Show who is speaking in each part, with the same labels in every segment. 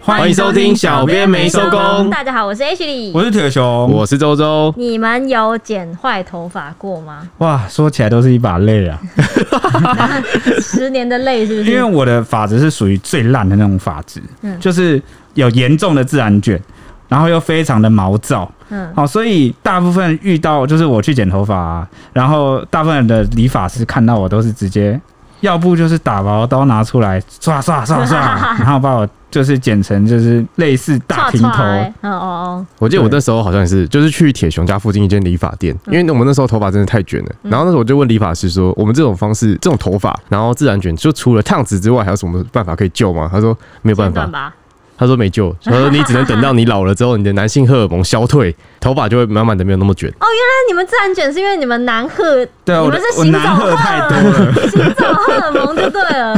Speaker 1: 欢迎收听小编没收工
Speaker 2: 大家好，我是 H 李。
Speaker 1: 我是铁熊。
Speaker 3: 我是周周，
Speaker 2: 你们有剪坏头发过 吗？
Speaker 1: 哇，说起来都是一把泪
Speaker 2: 嗯
Speaker 1: 啊！
Speaker 2: 十年的泪是不
Speaker 1: 因为
Speaker 2: 是？
Speaker 1: 我的发质是属于最烂的那种发质，
Speaker 2: 嗯
Speaker 1: 就是有严重的自然卷，然后又非常的毛躁。
Speaker 2: 嗯，
Speaker 1: 好，所以大部分遇到就是我去剪头发、啊，然后大部分的理发师看到我都是直接，要不就是打毛刀拿出来刷刷刷刷， 然后把我就是剪成就是类似大平
Speaker 2: 叉叉
Speaker 1: 头
Speaker 2: 欸。嗯哦
Speaker 3: 我记得我
Speaker 1: 对嗯
Speaker 3: 那时候好像也是，就是去铁熊家附近一间理发店，因为我们那时候头发真的太卷了。然后那时候我就问理发师说，我们这种方式、这种头发，然后自然卷，就除了烫直之外，还有什么办法可以救吗？他说没有
Speaker 2: 哦，
Speaker 3: 办
Speaker 2: 剪
Speaker 3: 法
Speaker 2: 短，吧。
Speaker 3: 他说 没救，他说你只能等到你老了之后，你的男性荷尔蒙消退，头发就会慢慢的没有那么卷。
Speaker 2: 那你们自然卷是因为你们男荷，
Speaker 1: 对啊，
Speaker 2: 你
Speaker 1: 我的
Speaker 2: 们是
Speaker 1: 我
Speaker 2: 行走
Speaker 1: 男
Speaker 2: 荷
Speaker 1: 荷太多了。
Speaker 2: 尔，行走荷尔蒙就对 了。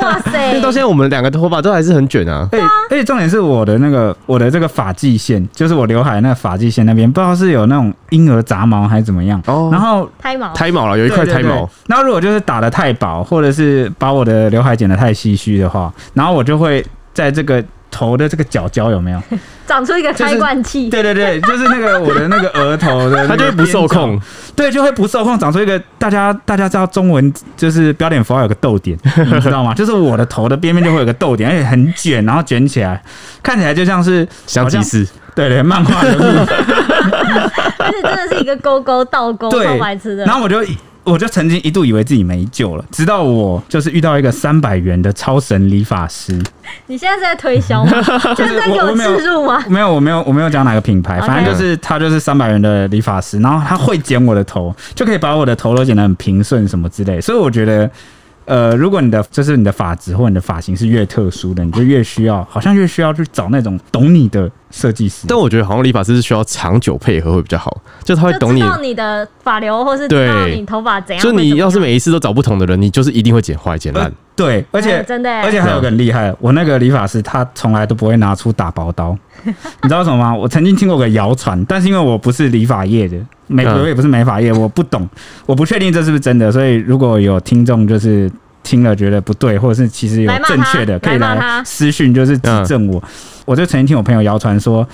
Speaker 2: 哇
Speaker 3: 因
Speaker 2: 塞
Speaker 3: 为，到现在我们两个头发都还是很卷啊。
Speaker 1: 哎、而且重点是我的那个我的这个发际线，就是我刘海那个发际线那边，不知道是有那种婴儿杂毛还是怎么样。
Speaker 3: 哦
Speaker 1: 然后
Speaker 2: 胎毛，
Speaker 3: 胎毛了，有一块
Speaker 1: 对
Speaker 3: 胎。
Speaker 1: 对
Speaker 3: 毛
Speaker 1: 对，然后如果就是打的太薄，或者是把我的刘海剪的太唏嘘的话，然后我就会在这个头的这个角角有没 有？
Speaker 2: 长出一个开罐器，
Speaker 1: 对对啊对，就是那个我的那个额头 的，
Speaker 3: 他就会不受控，。
Speaker 1: 对，就会不受控，长出一个大家大家知道中文就是标点符号有个逗 点，你知道吗？就是我的头的边边就会有个逗点，而且很卷，然后卷起来，看起来就像是
Speaker 3: 想几次。
Speaker 1: 对对漫画人物。
Speaker 2: 而且真的是一个勾勾倒钩，
Speaker 1: 对
Speaker 2: 超白痴的
Speaker 1: 然。后我就我就曾经一度以为自己没救了，直到我就是遇到一个三百元的超神理发师，
Speaker 2: 你现在是在推 销吗？就是在给
Speaker 1: 我
Speaker 2: 我
Speaker 1: 我没有
Speaker 2: 植入吗？
Speaker 1: 没有我没有我没有讲哪个品牌，
Speaker 2: OK
Speaker 1: 反正就是他就是三百元的理发师，然后他会剪我的头，就可以把我的头都剪得很平顺什么之类，所以我觉得。呃，如果你的就是你的发质或你的发型是越特殊的，你就越需要，好像越需要去找那种懂你的设计师。
Speaker 3: 但我觉得好像理发师是需要长久配合会比较好，就他会
Speaker 2: 就
Speaker 3: 懂
Speaker 2: 知
Speaker 3: 你。
Speaker 2: 道你的发流，或是知道
Speaker 3: 对
Speaker 2: 你头发怎样
Speaker 3: 就
Speaker 2: 会怎么样。
Speaker 3: 你要是每一次都找不同的人，你就是一定会剪坏剪烂
Speaker 1: 呃。对，而且、
Speaker 2: 哎真的欸
Speaker 1: 而且还有个很厉害，我那个理发师他从来都不会拿出打薄刀， 你知道为什么吗？我曾经听过个谣传，但是因为我不是理发业的，美
Speaker 3: 嗯
Speaker 1: 我也不是美发业，我不懂，我不确定这是不是真的，所以如果有听众就是。听了觉得不对，或者是其实有
Speaker 2: 来骂他
Speaker 1: 正确的，可以
Speaker 2: 来骂
Speaker 1: 来
Speaker 2: 他
Speaker 1: 私讯，就是指正我。我就曾经听我朋友谣传说，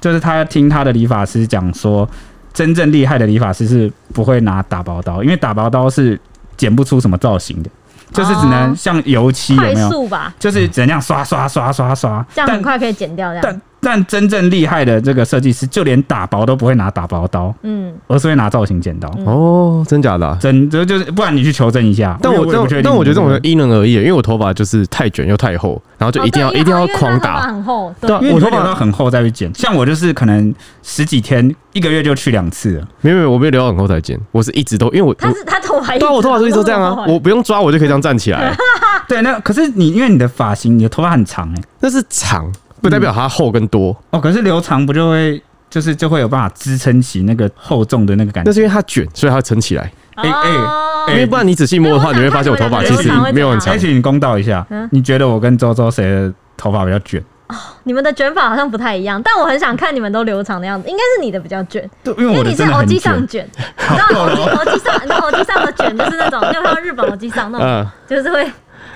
Speaker 1: 就是他听他的理发师讲说，真正厉害的理发师是不会拿打薄刀，因为打薄刀是剪不出什么造型的，就是只能
Speaker 2: 哦
Speaker 1: 像油漆有
Speaker 2: 快
Speaker 1: 没有？
Speaker 2: 速吧，
Speaker 1: 就是只能这样刷刷刷刷刷，
Speaker 2: 这样很
Speaker 1: 但
Speaker 2: 快可以啊剪掉这样。
Speaker 1: 但但真正厉害的这个设计师，就连打薄都不会拿打薄刀，
Speaker 2: 嗯，
Speaker 1: 而是会拿造型剪刀。
Speaker 2: 嗯
Speaker 3: 哦，真假的啊、
Speaker 1: 真这就是，不然你去求证一下。
Speaker 3: 但我
Speaker 1: 也不确定
Speaker 3: 但但我觉得这种
Speaker 1: 是
Speaker 3: 人因人而异，因为我头发就是太卷又太厚，然后就一定要、
Speaker 2: 哦对
Speaker 3: 一定要
Speaker 2: 因为
Speaker 3: 狂
Speaker 2: 因为它头发
Speaker 3: 打。
Speaker 2: 很厚。对
Speaker 3: 对，啊
Speaker 1: 不是，因为
Speaker 3: 我
Speaker 1: 我
Speaker 3: 头
Speaker 1: 头发到
Speaker 3: 发
Speaker 1: 很厚再去剪，像我就是可能十几天、一个月就去两次了。
Speaker 3: 没有没有，我没有留到很厚才剪，我是一直都因为我
Speaker 2: 他
Speaker 3: 我
Speaker 2: 是他头发一直，
Speaker 3: 对啊，我头发就一直都这样
Speaker 2: 头
Speaker 3: 啊
Speaker 2: 发，
Speaker 3: 我不用抓我就可以这样站起来，
Speaker 2: 啊
Speaker 1: 对，那可是你因为你的发型，你的头发很长哎、
Speaker 3: 那是长，不代表它厚跟多，
Speaker 1: 哦，可是留长不就会就是就会有办法支撑起那个厚重的那个感
Speaker 3: 那
Speaker 1: 觉。
Speaker 3: 是因为它卷，所以它撑起来。
Speaker 1: 哎哎
Speaker 2: 哦
Speaker 1: 哎
Speaker 3: 因为不然你仔细摸的话，
Speaker 2: 哎
Speaker 3: 你会发现我头发
Speaker 2: 我
Speaker 3: 其
Speaker 2: 想
Speaker 3: 实
Speaker 2: 看
Speaker 3: 没有很
Speaker 2: 这
Speaker 3: 长
Speaker 1: 而。且哎你公道一下，
Speaker 2: 嗯
Speaker 1: 你觉得我跟周周谁的头发比较卷？
Speaker 2: 你们的卷发好像不太一样，但我很想看你们都留长的样子，应该是你的比较卷，
Speaker 1: 对，
Speaker 3: 哦
Speaker 1: 因
Speaker 2: 因
Speaker 1: 为
Speaker 2: 为
Speaker 1: 我的
Speaker 2: 你是
Speaker 1: 真的
Speaker 2: 偶
Speaker 1: 很
Speaker 2: 机
Speaker 1: 卷。
Speaker 2: 上 卷，你知道偶机偶机上，你知道偶机上的卷就是那种，你有看到日本偶机上那种，
Speaker 3: 嗯，
Speaker 2: 就是会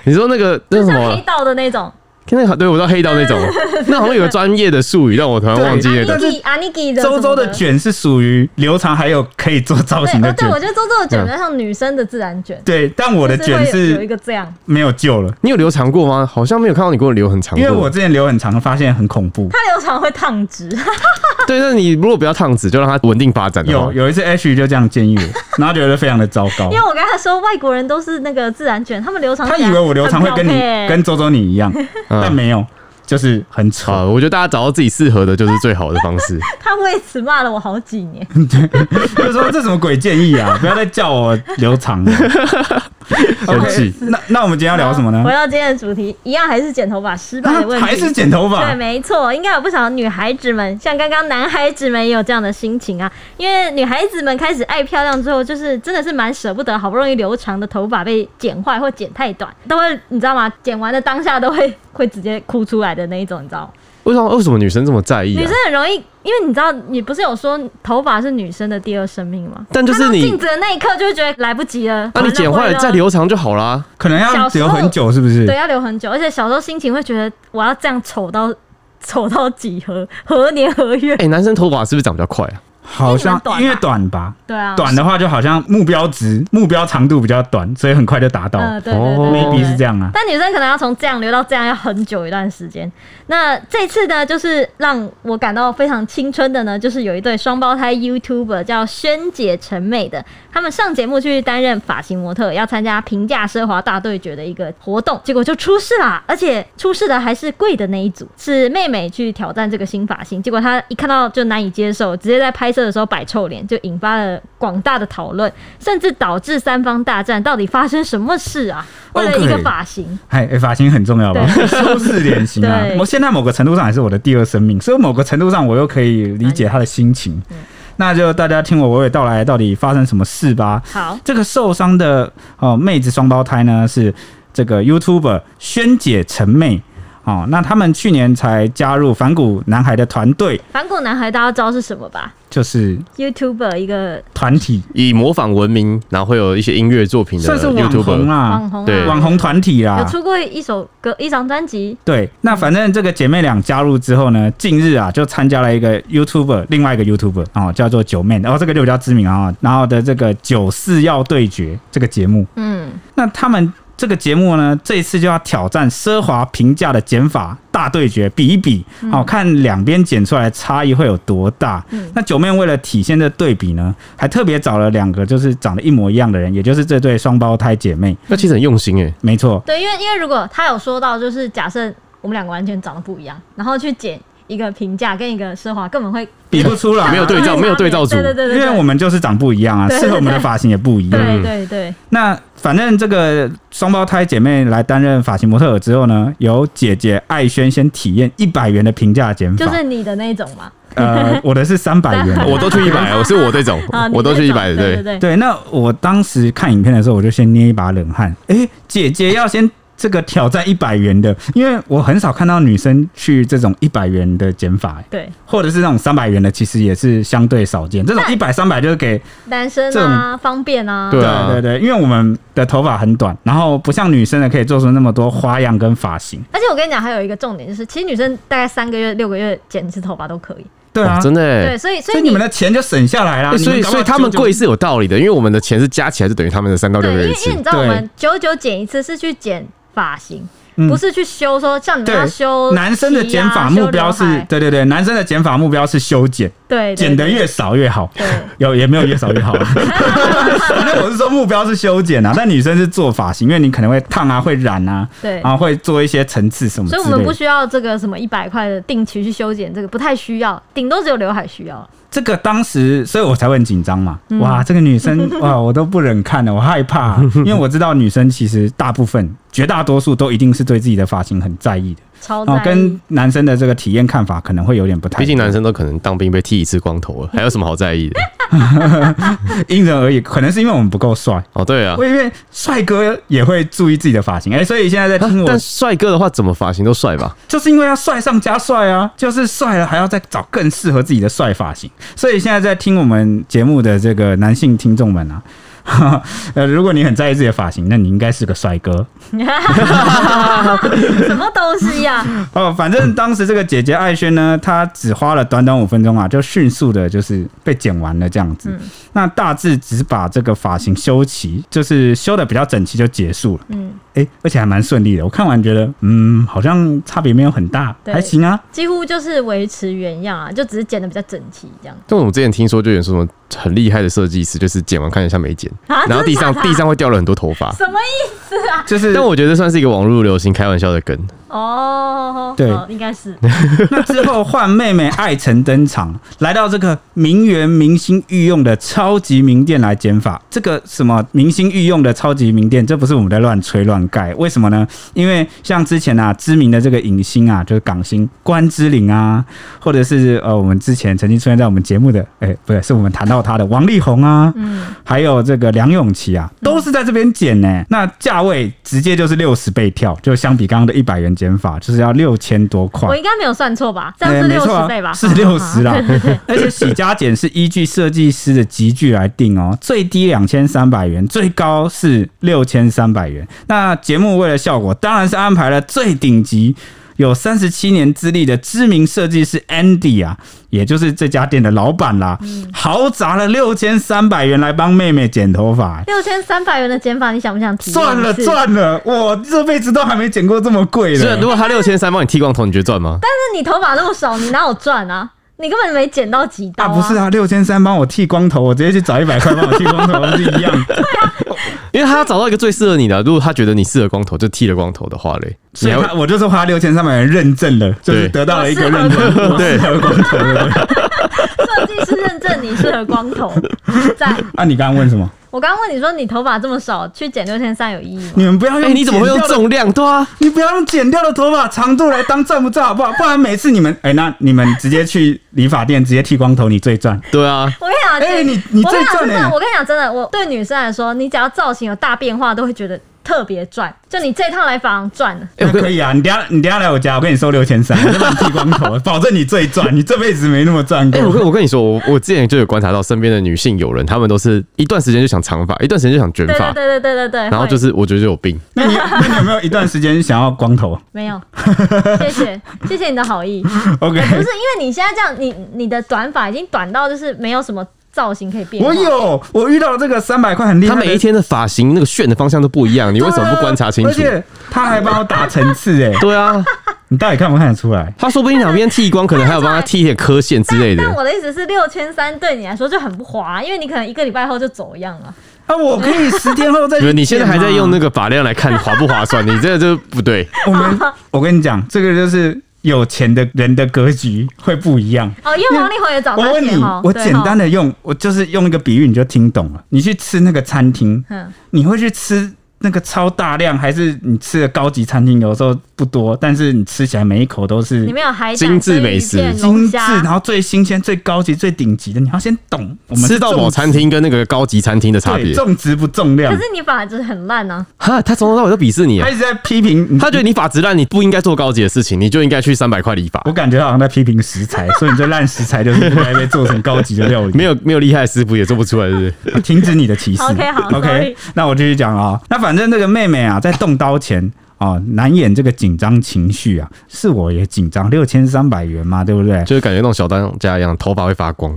Speaker 3: 你说那个那
Speaker 2: 就
Speaker 3: 什
Speaker 2: 像黑
Speaker 3: 么，
Speaker 2: 道的那种，
Speaker 3: 那个对我知道黑道那种，那好像有个专业的术语，但我突然忘记
Speaker 2: 阿
Speaker 3: 了。
Speaker 2: 尼基阿尼基啊的什么
Speaker 1: 周周的。卷是属于留长还有可以做造型
Speaker 2: 对，
Speaker 1: 的
Speaker 2: 哦对，
Speaker 1: 卷
Speaker 2: 我，觉得周周的
Speaker 3: 嗯
Speaker 2: 卷比较像女生的自然卷，
Speaker 1: 对，但我的
Speaker 2: 就是
Speaker 1: 卷
Speaker 2: 会有有一
Speaker 1: 是
Speaker 2: 个这样，
Speaker 1: 没有救了，
Speaker 3: 你有留长过吗？好像没有看到你给我留很长
Speaker 1: 因
Speaker 3: 过。
Speaker 1: 为我之前留很长，发现很恐怖。
Speaker 2: 它留长会烫直，
Speaker 3: 对，那你如果不要烫直，就让它稳定发展的话
Speaker 1: 有有一次 H 就这样建议我， 然后觉得非常的糟糕
Speaker 2: 因为。我跟他说外国人都是那个自然卷，他们留长起
Speaker 1: 哦他
Speaker 2: 来
Speaker 1: 以为我留长会跟你
Speaker 2: 很漂配
Speaker 1: 跟周周你一样，
Speaker 3: 嗯
Speaker 1: 但没有，就是很丑。
Speaker 3: 好，我觉得大家找到自己适合的就是最好的方式。
Speaker 2: 他为此骂了我好几年，
Speaker 1: 就说这什么鬼建议啊！不要再叫我留长 了，
Speaker 3: 生
Speaker 1: OK，
Speaker 3: 气
Speaker 1: 那那我们今天要聊什么呢
Speaker 2: 回？到今天的主题，一样还是剪头发失败的问
Speaker 1: 啊
Speaker 2: 题，
Speaker 1: 还是剪头
Speaker 2: 对，
Speaker 1: 发？
Speaker 2: 没错，应该有不少女孩子们，像刚刚男孩子们也有这样的心情啊。因为女孩子们开始爱漂亮之后，就是真的是蛮舍不得，好不容易留长的头发被剪坏或剪太短，都会你知道吗？剪完的当下都会会直接哭出来的那一种，你知道吗？
Speaker 3: 为什么为什么女生这么在意
Speaker 2: 女
Speaker 3: 啊
Speaker 2: 生？很容易，因为你知道，你不是有说头发是女生的第二生命吗？
Speaker 3: 但就是
Speaker 2: 看到
Speaker 3: 你
Speaker 2: 镜子的那一刻，就会觉得来不及了。
Speaker 3: 那你
Speaker 2: 完了
Speaker 3: 剪坏
Speaker 2: 完
Speaker 3: 了再留长就好啦。
Speaker 1: 可能要
Speaker 2: 小时
Speaker 1: 留
Speaker 2: 候
Speaker 1: 很久，是不是？
Speaker 2: 对，要留很久，而且小时候心情会觉得我要这样丑到丑到几何何年何月？
Speaker 3: 哎、男生头发是不是长比较快啊？
Speaker 1: 好像
Speaker 2: 因为你
Speaker 1: 因
Speaker 2: 们短吧
Speaker 1: 为短吧，
Speaker 2: 对啊，
Speaker 1: 短的话就好像目标值目标长度比较短，所以很快就达到。
Speaker 2: 嗯，对对对
Speaker 3: 哦
Speaker 2: 对
Speaker 1: maybe 是这样啊。
Speaker 2: 但女生可能要从这样留到这样要很久一段时间。那这次呢，就是让我感到非常青春的呢，就是有一对双胞胎 YouTuber 叫萱姐陈美的，他们上节目去担任发型模特，要参加平价奢华大对决的一个活动，结果就出事啦，而且出事的还是贵的那一组，是妹妹去挑战这个新发型，结果她一看到就难以接受，直接在拍摄的时候摆臭脸，就引发了广大的讨论，甚至导致三方大战，到底发生什么事啊？ 为了一个
Speaker 1: OK
Speaker 2: 发型。
Speaker 1: 哎，哎发型很重要吧？修饰脸型啊，
Speaker 2: 对
Speaker 1: 我现在某个程度上也是我的第二生命，所以某个程度上我又可以理解他的心情。那就大家听我娓娓道来，到底发生什么事吧。
Speaker 2: 好，
Speaker 1: 这个受伤的哦妹子双胞胎呢是这个 YouTuber 萱姐陈妹哦，那他们去年才加入反骨男孩的团队，
Speaker 2: 反骨男孩大家知道是什么吧
Speaker 1: 就是
Speaker 2: ？YouTuber 一个
Speaker 1: 团体
Speaker 3: 以模仿闻名，然后会有一些音乐作品的
Speaker 1: 算是网红
Speaker 3: YouTuber。
Speaker 1: 啦，
Speaker 2: 网红、啊
Speaker 3: 对
Speaker 1: 网红啊团体啦，
Speaker 2: 有出过一首歌、一张专辑，
Speaker 1: 对，那反正这个姐妹俩加入之后呢，近日啊就参加了一个 YouTuber，另外一个 YouTuber 哦，叫做九妹，然、后这个就比较知名啊、然后的这个九四要对决这个节目，
Speaker 2: 嗯，
Speaker 1: 那他们这个节目呢，这一次就要挑战奢华平价的减法大对决，比一比，哦，看两边剪出来的差异会有多大。
Speaker 2: 嗯
Speaker 1: 那九妹为了体现这对比呢，还特别找了两个就是长得一模一样的人，也就是这对双胞胎姐妹，
Speaker 3: 那其实很用心哎、
Speaker 1: 没错，
Speaker 2: 对，因为因为如果他有说到，就是假设我们两个完全长得不一样，然后去剪一个评价跟一个奢华，根本会
Speaker 1: 比不出来，
Speaker 3: 没有对照没有对照组
Speaker 2: 对对对对
Speaker 1: 因
Speaker 2: 对，
Speaker 1: 为我们就是长不一样啊，
Speaker 2: 对对
Speaker 1: 适合我们的发型也不一样。
Speaker 2: 对对对，
Speaker 1: 那反正这个双胞胎姐妹来担任发型模特儿之后呢，由姐姐艾轩先体验一百元的平价减法，
Speaker 2: 就是你的那种嘛，
Speaker 1: 呃，我的是三百元。
Speaker 3: 我都去一百，我是我这种
Speaker 2: 啊，，你
Speaker 3: 我都
Speaker 2: 那
Speaker 3: 去一
Speaker 2: 种
Speaker 3: 百的，
Speaker 2: 对
Speaker 3: 对。
Speaker 2: 对对，
Speaker 1: 对，那我当时看影片的时候，我就先捏一把冷汗。诶，姐姐要先这个挑战一百元的，因为我很少看到女生去这种一百元的减法、欸
Speaker 2: 对
Speaker 1: 或者是那种三百元的，其实也是相对少见。这种一百、三百就是给
Speaker 2: 男生
Speaker 1: 这
Speaker 2: 啊，
Speaker 1: 种
Speaker 2: 方便啊，
Speaker 3: 对啊
Speaker 1: 对对对，因为我们的头发很短，然后不像女生的可以做出那么多花样跟发型。
Speaker 2: 而且我跟你讲，还有一个重点就是，其实女生大概三个月、六个月剪一次头发都可以，
Speaker 1: 对啊，
Speaker 3: 哇真的哎、
Speaker 2: 对，所以所
Speaker 1: 所
Speaker 2: 以
Speaker 1: 以你们的钱就省下来啦。
Speaker 3: 欸所以
Speaker 1: 你们搞不
Speaker 3: 所
Speaker 1: 好
Speaker 3: 以他们
Speaker 1: 就就
Speaker 3: 贵是有道理的，因为我们的钱是加起来就等于他们的三到
Speaker 2: 对，
Speaker 3: 六个
Speaker 2: 因
Speaker 3: 月一
Speaker 2: 为因
Speaker 3: 次
Speaker 2: 为你。知道我
Speaker 1: 对
Speaker 2: 们久久剪一次是去剪发型，
Speaker 1: 嗯
Speaker 2: 不是去修说像你们
Speaker 1: 对
Speaker 2: 要修、啊
Speaker 1: 男生的减法目标
Speaker 2: 修
Speaker 1: 是
Speaker 2: 刘海
Speaker 1: 对对对，男生的减法目标是修剪，
Speaker 2: 对对
Speaker 1: 剪得越少越好。
Speaker 2: 对
Speaker 1: 有也没有越少越好 啊， 反正我是说目标是修剪啊，但女生是做发型，因为你可能会烫啊，会染啊，
Speaker 2: 对
Speaker 1: 然。后会做一些层次什么之
Speaker 2: 所以
Speaker 1: 类
Speaker 2: 我
Speaker 1: 的。
Speaker 2: 们不需要这个什么一百块的定期去修剪，这个不太需要，顶多只有刘海需要。
Speaker 1: 这个当时，所以我才会很紧张嘛。
Speaker 2: 嗯
Speaker 1: 哇，这个女 生哇，我都不忍看了，我害怕、因为我知道女生其实大部分、绝大多数都一定是对自己的发型很在意的，
Speaker 2: 超在
Speaker 1: 哦
Speaker 2: 意、，
Speaker 1: 跟男生的这个体验看法可能会有点不太一样。
Speaker 3: 毕竟男生都可能当兵被剃一次光头了，还有什么好在意的？
Speaker 1: 因人而异，可能是因为我们不够帅，
Speaker 3: 哦，对啊
Speaker 1: 我，因为帅哥也会注意自己的发型。哎、所以现在在
Speaker 3: 啊
Speaker 1: 听我
Speaker 3: 但帅哥的话，怎么发型都帅吧？
Speaker 1: 就是因为要帅上加帅啊，就是帅了还要再找更适合自己的帅发型。所以现在在听我们节目的这个男性听众们啊。 哈哈呃，如果你很在意自己的发型，那你应该是个帅哥
Speaker 2: 什么东 西呀、
Speaker 1: 哦。反正当时这个姐姐艾轩呢，她只花了短短五分钟啊，就迅速的，就是被剪完了这样子。
Speaker 2: 嗯
Speaker 1: 那大致只把这个发型修齐，就是修的比较整齐就结束了。
Speaker 2: 嗯，
Speaker 1: 哎、而且还蛮顺利的。我看完觉得，嗯，好像差别没有很大，
Speaker 2: 对
Speaker 1: 还行啊。
Speaker 2: 几乎就是维持原样啊，就只是剪的比较整齐这样。
Speaker 3: 但我们之前听说，就有人说什么很厉害的设计师，就是剪完看一下没剪，
Speaker 2: 啊
Speaker 3: 然后地上
Speaker 2: 真的假的
Speaker 3: 地上会掉了很多头发。
Speaker 2: 什么意思啊？
Speaker 1: 就是
Speaker 3: 但我觉得算是一个网络流行开玩笑的梗，
Speaker 2: 哦，
Speaker 1: 对
Speaker 2: 哦应该是
Speaker 1: 那 之后换妹妹艾辰登场，来到这个名媛明星御用的超级名店来剪发。这个什么明星御用的超级名店，这不是我们在乱吹乱盖，为什么呢？因为像之前啊，知名的这个影星啊，就是港星关之琳啊，或者是呃，我们之前曾经出现在我们节目的，哎、不对，是我们谈到她的
Speaker 2: 嗯
Speaker 1: 王力宏啊，还有这个梁咏琪啊，都是在这边剪呢、那价位直接就是六十倍跳，就相比刚刚的一百元减法，就是要六千多块
Speaker 2: 我。应该没有算错吧？这
Speaker 1: 哎
Speaker 2: 样是
Speaker 1: 没
Speaker 2: 六
Speaker 1: 错啊
Speaker 2: 十倍吧？
Speaker 1: 是六十啦
Speaker 2: 对对对。
Speaker 1: 而且洗加减是依据设计师的集聚来定哦，最低两千三百元，最高是六千三百元。那节目为了效果，当然是安排了最顶级。有三十七年资历的知名设计师 Andy 啊，也就是这家店的老板啦，
Speaker 2: 嗯
Speaker 1: 豪砸了六千三百元来帮妹妹剪头发、哎
Speaker 2: 六千三百元的减法，你想不想提？
Speaker 1: 赚了！赚了！我这辈子都还没剪过这么贵
Speaker 3: 所以
Speaker 1: 的
Speaker 3: 如。果他六千三帮你剃光头，你觉得赚吗？
Speaker 2: 但是你头发那么少，你哪有赚啊？你根本没剪到几刀
Speaker 1: 啊，不是啊，六千三帮我剃光头，我直接去找一百块帮我剃光头是一 样。
Speaker 3: 因为他要找到一个最适合你的啊。如果他觉得你适合光头，就剃了光头的话嘞，
Speaker 1: 所以
Speaker 3: 你还
Speaker 1: 他我就是花六千三百元认证了，就是得
Speaker 3: 对
Speaker 1: 到了一个认证，
Speaker 3: 合对
Speaker 1: 我适合光头的人。
Speaker 2: 设计师认证你适合光头。 在，
Speaker 1: 啊，你刚刚问什么？
Speaker 2: 我刚刚问你说你头发这么少，去剪六千三有意义吗？
Speaker 1: 你们不要
Speaker 3: 哎、
Speaker 1: 用，
Speaker 3: 你怎么会用？重量？对啊，
Speaker 1: 你不要用剪掉的头发长度来当赚不赚好不好？不然每次你们哎、那你们直接去理发店直接剃光头，你最赚。
Speaker 3: 对啊，
Speaker 2: 我跟你讲，
Speaker 1: 哎
Speaker 2: 剪
Speaker 1: 你你
Speaker 2: 我跟
Speaker 1: 最
Speaker 2: 你讲
Speaker 1: 赚
Speaker 2: 真
Speaker 1: 欸
Speaker 2: 的，我跟你讲真的，我对女生来说，你只要造型有大变化，都会觉得特别赚。就你这趟来发廊赚了，
Speaker 3: 哎
Speaker 1: 那
Speaker 3: 我跟
Speaker 1: 可以啊，你等下你等下来我家，我跟你收六千三，我就帮你剃光头，保证你最赚，你这辈子没那么赚
Speaker 3: 哎、我
Speaker 1: 过。
Speaker 3: 跟我跟你说，我我之前就有观察到身边的女性友人，她们都是一段时间就想长发，一段时间就想卷
Speaker 2: 对对
Speaker 3: 发，
Speaker 2: 对对对对对。
Speaker 3: 然后
Speaker 2: 会
Speaker 3: 就是我觉得就有病。
Speaker 1: 那你那你有没有一段时间想要光 头
Speaker 2: 没有，谢谢谢谢你的好意。
Speaker 3: 哎
Speaker 1: ？OK，
Speaker 2: 不是因为你现在这样，你你的短发已经短到就是没有什么造型可以变化。
Speaker 1: 我有，我遇到这个三百块很厉害
Speaker 3: 她
Speaker 1: 的，
Speaker 3: 每一天的发型那个炫的方向都不一样，你为什么不观察清
Speaker 1: 啊而
Speaker 3: 楚？
Speaker 1: 且他还帮我打层次， 哎，
Speaker 3: 对啊，
Speaker 1: 你到底看不看得出来？
Speaker 3: 她说不定两边剃光，可能还有帮她剃一点刻线之类的。
Speaker 2: 但我的意思是，六千三对你来说就很不划，因为你可能一个礼拜后就走样了。
Speaker 1: 啊，我可以十天后再
Speaker 3: 你
Speaker 1: 去
Speaker 3: 们你现在还在用那
Speaker 1: 个？
Speaker 3: 个发量来看划不划算？你这个就不对。
Speaker 1: 我 们我跟你讲，这个就是有钱的人的格局会不一样。
Speaker 2: 哦，因为王力宏也找
Speaker 1: 我
Speaker 2: 他
Speaker 1: 问
Speaker 2: 剪
Speaker 1: 你
Speaker 2: 哦，，
Speaker 1: 我
Speaker 2: 对
Speaker 1: 简单
Speaker 2: 哦，
Speaker 1: 的用，我就是用一个比喻，你就听懂了。你去吃那个餐厅，
Speaker 2: 嗯，
Speaker 1: 你会去吃那个超大量，还是你吃的高级餐厅？有时候不多，但是你吃起来每一口都是
Speaker 2: 里面有海胆、
Speaker 3: 精致美食
Speaker 2: 生鱼片
Speaker 1: 精
Speaker 2: 龙
Speaker 1: 致，
Speaker 2: 虾
Speaker 1: 然，后最新鲜、最高级、最顶级的。你要先懂，我们是
Speaker 3: 吃到饱
Speaker 1: 重
Speaker 3: 餐厅跟那个高级餐厅的差
Speaker 1: 对
Speaker 3: 别。
Speaker 1: 重质不重量
Speaker 2: 可。是你反而就是很烂啊。
Speaker 3: 哈，他从头到尾都鄙视你啊
Speaker 1: 他，一直在批评
Speaker 3: 他觉得你发质烂，你不应该做高级的事情，你就应该去三百块理发
Speaker 1: 我。感觉好像在批评食材，所以你这烂食材就是不该被做成高级的料理。
Speaker 3: 没有没有厉害的师傅也做不出来，是不是？
Speaker 1: 停止你的歧视。
Speaker 2: OK，好
Speaker 1: OK，
Speaker 2: sorry
Speaker 1: 那我继续讲啊、那反正这个妹妹啊，在动刀前。哦，难掩这个紧张情绪啊，是我也紧张，六千三百元嘛，对不对？
Speaker 3: 就是感觉那种小当家一样，头发会发光。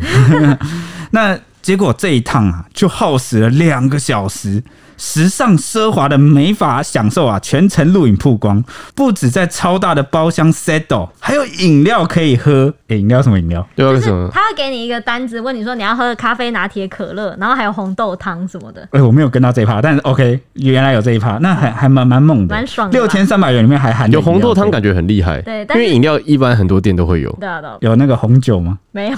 Speaker 1: 那结果这一趟啊，就耗时了两个小时。时尚奢华的美发享受啊，全程录影曝光，不止在超大的包厢 settle，还有饮料可以喝。诶，饮料什么饮料？
Speaker 3: 对啊，为
Speaker 2: 就是
Speaker 3: 什 么？
Speaker 2: 他会给你一个单子，问你说你要喝咖啡、拿铁、可乐，然后还有红豆汤什么的。
Speaker 1: 哎、我没有跟到这一趴，但是 OK，原来有这一趴，那还还蛮蛮猛的，
Speaker 2: 蛮爽的
Speaker 1: 六
Speaker 2: 吧
Speaker 1: 千三百元里面还含
Speaker 3: 有红豆汤，
Speaker 1: 觉
Speaker 3: 感觉很厉害。
Speaker 2: 对但
Speaker 3: 因
Speaker 2: 是
Speaker 3: 为饮料一般很多店都会有。
Speaker 2: 对啊，对啊，
Speaker 1: 有那个红酒吗
Speaker 2: 没有，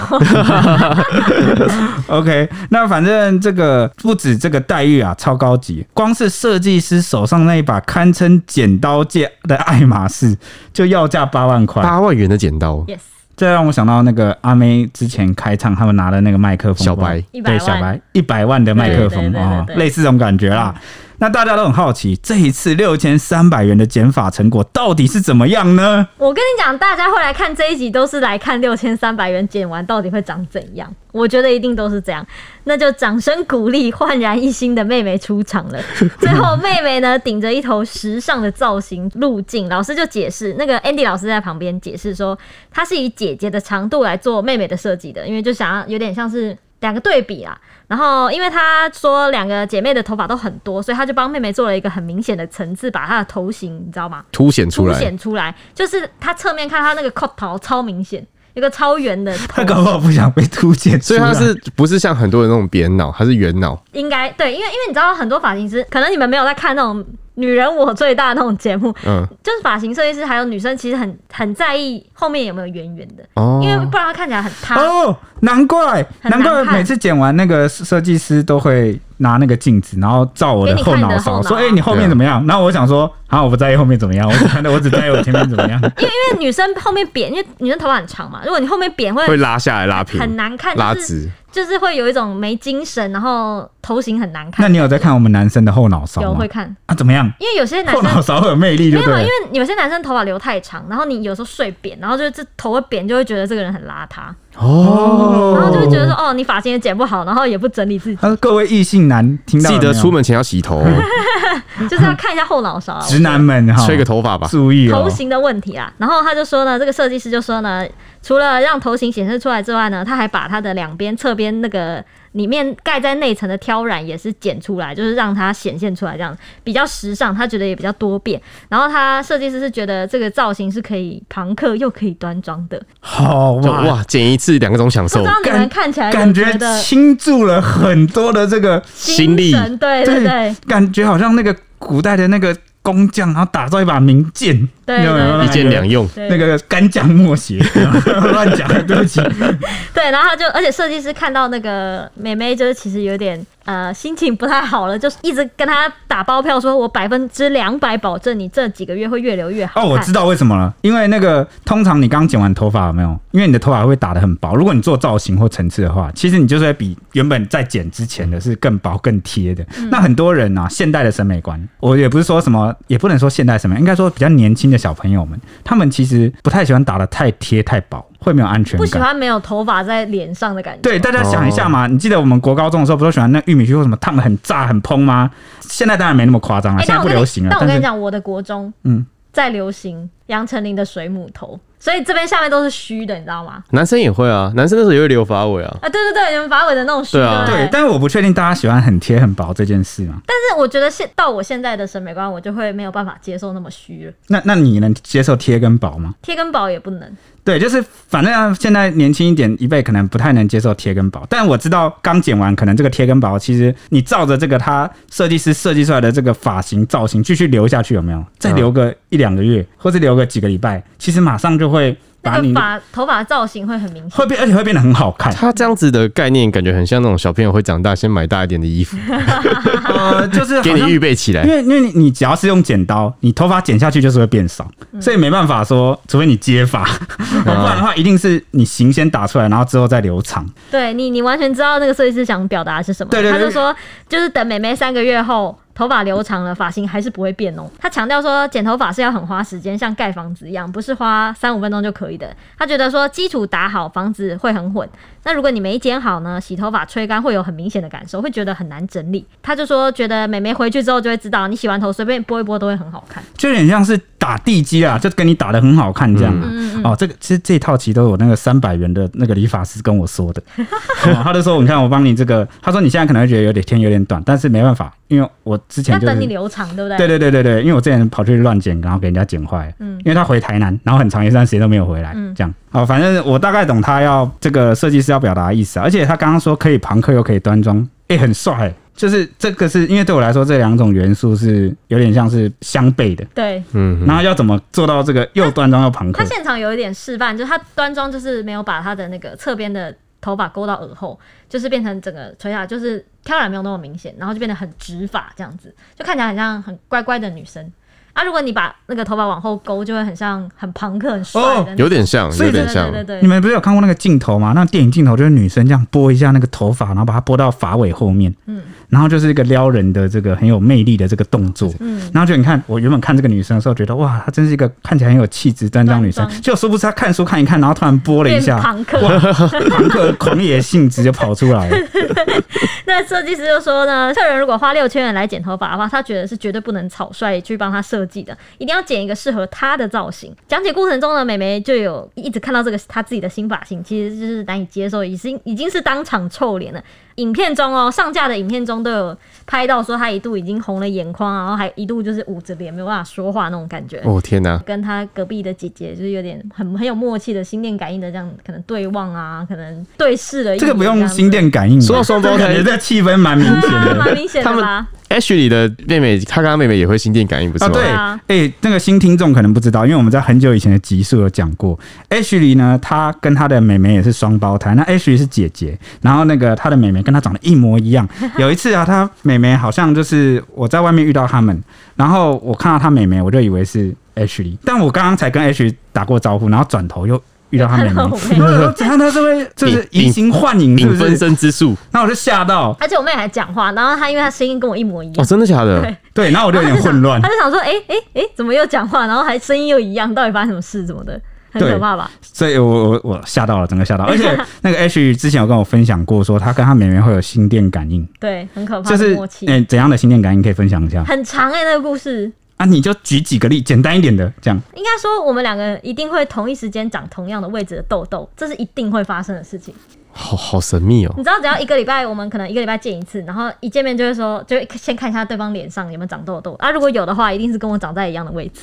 Speaker 1: ？OK，那反正这个不止这个待遇啊，超高级，光是设计师手上那一把堪称剪刀界的爱马仕，就要价八万块。
Speaker 3: 八万元的剪刀，
Speaker 2: yes，
Speaker 1: 这让我想到那个阿妹之前开唱，他们拿的那个麦克风，
Speaker 3: 小白
Speaker 1: 对
Speaker 2: 100万
Speaker 1: 小白一百万的麦克风
Speaker 2: 对对对对
Speaker 1: 啊，
Speaker 2: 对
Speaker 1: 类似这种感觉啦。那大家都很好奇，这一次六千三百元的减法成果到底是怎么样 呢？
Speaker 2: 我跟你讲，大家会来看这一集，都是来看六千三百元剪完到底会长怎样。我觉得一定都是这样，那就掌声鼓励焕然一新的妹妹出场了。最后，妹妹呢顶着一头时尚的造型路径，老师就解释，那个 Andy 老师在旁边解释说，她是以姐姐的长度来做妹妹的设计的，因为就想要有点像是两个对比啦。然后，因为她说两个姐妹的头发都很多，所以她就帮妹妹做了一个很明显的层次，把她的头型，你知道吗？
Speaker 3: 凸显出
Speaker 2: 凸
Speaker 3: 来。
Speaker 2: 显出来，就是他侧面看他那个扣头超明显，有个超圆的头
Speaker 1: 他搞不好不想被凸显出
Speaker 3: 所以
Speaker 1: 来，
Speaker 3: 它是不是像很多人那种扁脑，它是圆脑？
Speaker 2: 应该对，因为因为你知道很多发型师，可能你们没有在看那种女人我最大的那种节目，
Speaker 3: 嗯，
Speaker 2: 就是发型设计师还有女生其实很很在意后面有没有圆圆的，
Speaker 3: 哦
Speaker 2: 因为不然她看起来很塌。
Speaker 1: 哦，难怪，
Speaker 2: 很
Speaker 1: 难
Speaker 2: 难
Speaker 1: 怪
Speaker 2: 看
Speaker 1: 每次剪完那个设计师都会拿那个镜子，然后照我的后脑勺，
Speaker 2: 给你看你的后脑
Speaker 1: 说：“哎、你后面怎么样？”然后我想说，啊，我不在意后面怎么样，我只看到我只在意我前面怎 么样。
Speaker 2: 因为女生后面扁，因为女生头发很长嘛，如果你后面扁会
Speaker 3: 会拉下来拉平，
Speaker 2: 很难看，
Speaker 3: 拉
Speaker 2: 就是
Speaker 3: 直。
Speaker 2: 就是会有一种没精神，然后头型很难
Speaker 1: 那
Speaker 2: 看。
Speaker 1: 你有在看我们男生的后脑勺
Speaker 2: 有
Speaker 1: 吗
Speaker 2: 会？看，
Speaker 1: 啊，怎么样？
Speaker 2: 因为有些男
Speaker 1: 后
Speaker 2: 生
Speaker 1: 脑勺会有魅力，
Speaker 2: 没
Speaker 1: 就
Speaker 2: 有，啊
Speaker 1: 对
Speaker 2: 因
Speaker 1: 了
Speaker 2: 为。有些男生头发留太长，然后你有时候睡扁，然后就是这头会扁，就会觉得这个人很邋遢，然后就会觉得说，哦，你发型也剪不好，然后也不整理自己，
Speaker 1: 他说：“各位异性男，听到了
Speaker 3: 记
Speaker 1: 没有
Speaker 3: 得出门前要洗 头，哦
Speaker 2: 就是要看一下后脑勺啊。
Speaker 1: 直男们哈，
Speaker 3: 吹个头 发吧。
Speaker 1: 注意哦
Speaker 2: 头。型的问题啦。然后他就说呢，这个设计师就说呢，除了让头型显示出来之外呢，他还把它的两边侧边那个里面盖在内层的挑染也是剪出来，就是让它显现出来，这样比较时尚，他觉得也比较多变。然后他设计师是觉得这个造型是可以朋克又可以端庄的，
Speaker 1: 好
Speaker 3: 就
Speaker 1: 哇，
Speaker 3: 哇，剪一次两个钟享
Speaker 2: 不
Speaker 3: 受
Speaker 2: 知，道你
Speaker 1: 感
Speaker 2: 们看起来有
Speaker 1: 感
Speaker 2: 觉
Speaker 1: 觉
Speaker 2: 得
Speaker 1: 倾注了很多的这个，
Speaker 3: 心力
Speaker 2: 神对对对。
Speaker 1: 感觉好像那个古代的那个工匠，然后打造一把名剑，
Speaker 2: 对
Speaker 1: 你有没有
Speaker 2: 对
Speaker 1: 那
Speaker 3: 一
Speaker 1: 个
Speaker 3: 键两用。
Speaker 2: 对
Speaker 1: 那个干将莫邪， 乱讲，对不起。
Speaker 2: 对，然后他就，而且设计师看到那个妹妹，就是其实有点呃心情不太好了，就是一直跟她打包票，说我百分之两百保证你这几个月会越留越
Speaker 1: 哦，
Speaker 2: 好看。
Speaker 1: 我知道为什么了，因为那个通常你刚剪完头发有没有？因为你的头发会打得很薄，如果你做造型或层次的话，其实你就是会比原本在剪之前的是更薄更贴的。
Speaker 2: 嗯
Speaker 1: 那很多人啊，现代的审美观，我也不是说什么，也不能说现代审美，应该说比较年轻的小朋友们，他们其实不太喜欢打得太贴太薄，会没有安全
Speaker 2: 不喜
Speaker 1: 感。
Speaker 2: 欢没哦有头发在脸上的感觉。
Speaker 1: 对，大家想一下嘛，你记得我们国高中的时候，不都喜欢那玉米须或什么烫的很炸很蓬吗？现在当然没那么夸张了，
Speaker 2: 哎，
Speaker 1: 现在
Speaker 2: 但我
Speaker 1: 不
Speaker 2: 跟你
Speaker 1: 流行了
Speaker 2: 但。我
Speaker 1: 但
Speaker 2: 跟你
Speaker 1: 是
Speaker 2: 讲，我的国中
Speaker 1: 嗯
Speaker 2: 在流行杨丞琳的水母头，所以这边下面都是虚的，你知道吗？
Speaker 3: 男生也会啊，男生那时候也会留发尾啊。
Speaker 2: 啊，对对对，你们发尾的那种虚
Speaker 3: 对啊
Speaker 2: 的。
Speaker 1: 对，
Speaker 2: 但
Speaker 1: 但是我不确定大家喜欢很贴很薄这件事嘛。
Speaker 2: 是我觉得现到我现在的审美观，我就会没有办法接受那么虚了，
Speaker 1: 那那你能接受贴跟薄吗？
Speaker 2: 贴跟薄也不能。
Speaker 1: 对，就是反正现在年轻一点一辈可能不太能接受贴跟薄，但我知道刚剪完，可能这个贴跟薄，其实你照着这个他设计师设计出来的这个发型造型继续留下去，有没有？再留个一两个月，或是留个几个礼拜，其实马上就会把
Speaker 2: 那
Speaker 1: 你
Speaker 2: 个发头发造型会很明显。
Speaker 1: 会变，而且会变得很好看。
Speaker 3: 他这样子的概念，感觉很像那种小朋友会长大先买大一点的衣 服，
Speaker 1: 呃，就是
Speaker 3: 给
Speaker 1: 好
Speaker 3: 你
Speaker 1: 像
Speaker 3: 预备起来
Speaker 1: 因。为因为你你只要是用剪刀，你头发剪下去就是会变少，所以没办法说，除非你接发， 不然的话一定是你型先打出来，然后之后再留长。
Speaker 2: 对你，你完全知道那个设计师想表达的是什么。
Speaker 1: 对对对
Speaker 2: 他就说，就是等美眉三个月后，头发留长了，发型还是不会变哦。他强调说，剪头发是要很花时间，像盖房子一样，不是花三五分钟就可以的。他觉得说，基础打好，房子会很混。那如果你没剪好呢，洗头发吹干会有很明显的感受，会觉得很难整理。他就说，觉得美眉回去之后就会知道，你洗完头随便拨一拨都会很好看。
Speaker 1: 就有点像是打地基啊，就跟你打的很好看这
Speaker 2: 嗯
Speaker 1: 样啊。哦，这个其实这一套其实都有那个三百元的那个理发师跟我 说的，哦他就说你看我帮你这个，他说你现在可能会觉得有点天有点短，但是没办法，因为我之前
Speaker 2: 要
Speaker 1: 就是
Speaker 2: 等你留长，对不对？
Speaker 1: 对对对对对，因为我之前跑去乱剪，然后给人家剪坏了。嗯，因为他回台南，然后很长一段时间都没有回来，
Speaker 2: 嗯
Speaker 1: 这样。哦，反正我大概懂他要这个设计师要表达的意思啊，而且他刚刚说可以朋克又可以端庄，诶，很帅、就是这个是因为对我来说这两种元素是有点像是相悖的。
Speaker 2: 对
Speaker 3: 嗯，
Speaker 1: 然后要怎么做到这个又端庄又朋克
Speaker 2: 他？现场有一点示范，就是他端庄，就是没有把他的那个侧边的头发勾到耳后，就是变成整个垂下来，就是挑染没有那么明显，然后就变得很直发这样子，就看起来很像很乖乖的女生。啊，如果你把那个头发往后勾，就会很像很朋克、很帅的那种、
Speaker 1: 哦
Speaker 3: 有点像，
Speaker 1: 所以
Speaker 3: 有
Speaker 2: 对
Speaker 3: 点
Speaker 2: 对
Speaker 3: 像
Speaker 2: 对。对
Speaker 1: 你
Speaker 2: 对，
Speaker 1: 们不是有看过那个镜头吗？那电影镜头就是女生这样拨一下那个头发，然后把它拨到发尾后面，嗯，然后就是一个撩人的这个很有魅力的这个动作，嗯，然后就你看，我原本看这个女生的时候，觉得哇，她真是一个看起来很有气质端庄女生
Speaker 2: 端，庄
Speaker 1: 就殊不知她看书看一看，然后突然拨了一
Speaker 2: 嗯变
Speaker 1: 下，
Speaker 2: 朋克。
Speaker 1: 朋克狂野性直接跑出来 了，
Speaker 2: 那设计师就说呢，客人如果花六千元来剪头发的话，他觉得是绝对不能草率去帮他设计的，一定要剪一个适合他的造型。讲解过程中呢，美眉就有一直看到这个她自己的新发型，其实就是难以接受，已经已经是当场臭脸了。影片中哦，上架的影片中都有拍到说她一度已经红了眼眶，然后还一度就是捂着脸没有办法说话那种感觉。
Speaker 3: 哦天哪，
Speaker 2: 跟她隔壁的姐姐就是有点很很有默契的心电感应的这样，可能对望啊，可能对视了一眼
Speaker 1: 这
Speaker 2: 样
Speaker 1: 个
Speaker 2: 子。
Speaker 1: 不用心电感应吧，
Speaker 3: 说到双胞胎
Speaker 1: 这个感觉这气氛蛮明显
Speaker 2: 对啊
Speaker 1: 的。
Speaker 2: 蛮明显
Speaker 3: 他
Speaker 2: 的
Speaker 3: 们
Speaker 2: 吧？
Speaker 3: Ashley 的妹妹，她跟她妹妹也会心电感应，不是
Speaker 1: 啊，
Speaker 3: 吗？
Speaker 1: 对，哎、
Speaker 2: 啊
Speaker 1: 那个新听众可能不知道，因为我们在很久以前的集数有讲过，Ashley 呢，她跟她的妹妹也是双胞胎，那 Ashley 是姐姐，然后那个她的妹妹跟她长得一模一样。有一次啊，她妹妹好像就是我在外面遇到他们，然后我看到她妹妹，我就以为是 Ashley，但我刚刚才跟 Ashley 打过招呼，然后转头又。遇到她妹妹，
Speaker 2: 看到
Speaker 1: 我
Speaker 2: 我妹妹
Speaker 1: 说怎 样？她是会就是
Speaker 3: 隐
Speaker 1: 移形换影，是不
Speaker 3: 影分
Speaker 1: 是？
Speaker 3: 身之术
Speaker 1: 那我就吓到，
Speaker 2: 而且我妹还讲话，然后她因为她声音跟我一模一
Speaker 3: 哦，
Speaker 2: 样，
Speaker 3: 真的假的？
Speaker 1: 对，然后我就有点混乱
Speaker 2: 她。就想说，哎哎哎，诶怎么又讲话，然后还声音又一样，到底发生什么事，怎么的，很
Speaker 1: 对
Speaker 2: 可怕吧？
Speaker 1: 所以我我我吓到了，整个 吓到，而且那个 H 之前有跟我分享过，说他跟他妹妹会有心电感 应，
Speaker 2: 对，很可怕
Speaker 1: 就
Speaker 2: 的
Speaker 1: 是
Speaker 2: 默契，
Speaker 1: 嗯、怎样的心电感应可以分享一 下
Speaker 2: 很长哎、那个故事。
Speaker 1: 啊？你就举几个例，简单一点的，这样
Speaker 2: 应该说，我们两个一定会同一时间长同样的位置的痘痘，这是一定会发生的事情。
Speaker 3: 好好神秘哦
Speaker 2: 你。知道，只要一个礼拜，我们可能一个礼拜见一次，然后一见面就会说，就会先看一下对方脸上有没有长痘痘啊。如果有的话，一定是跟我长在一样的位置，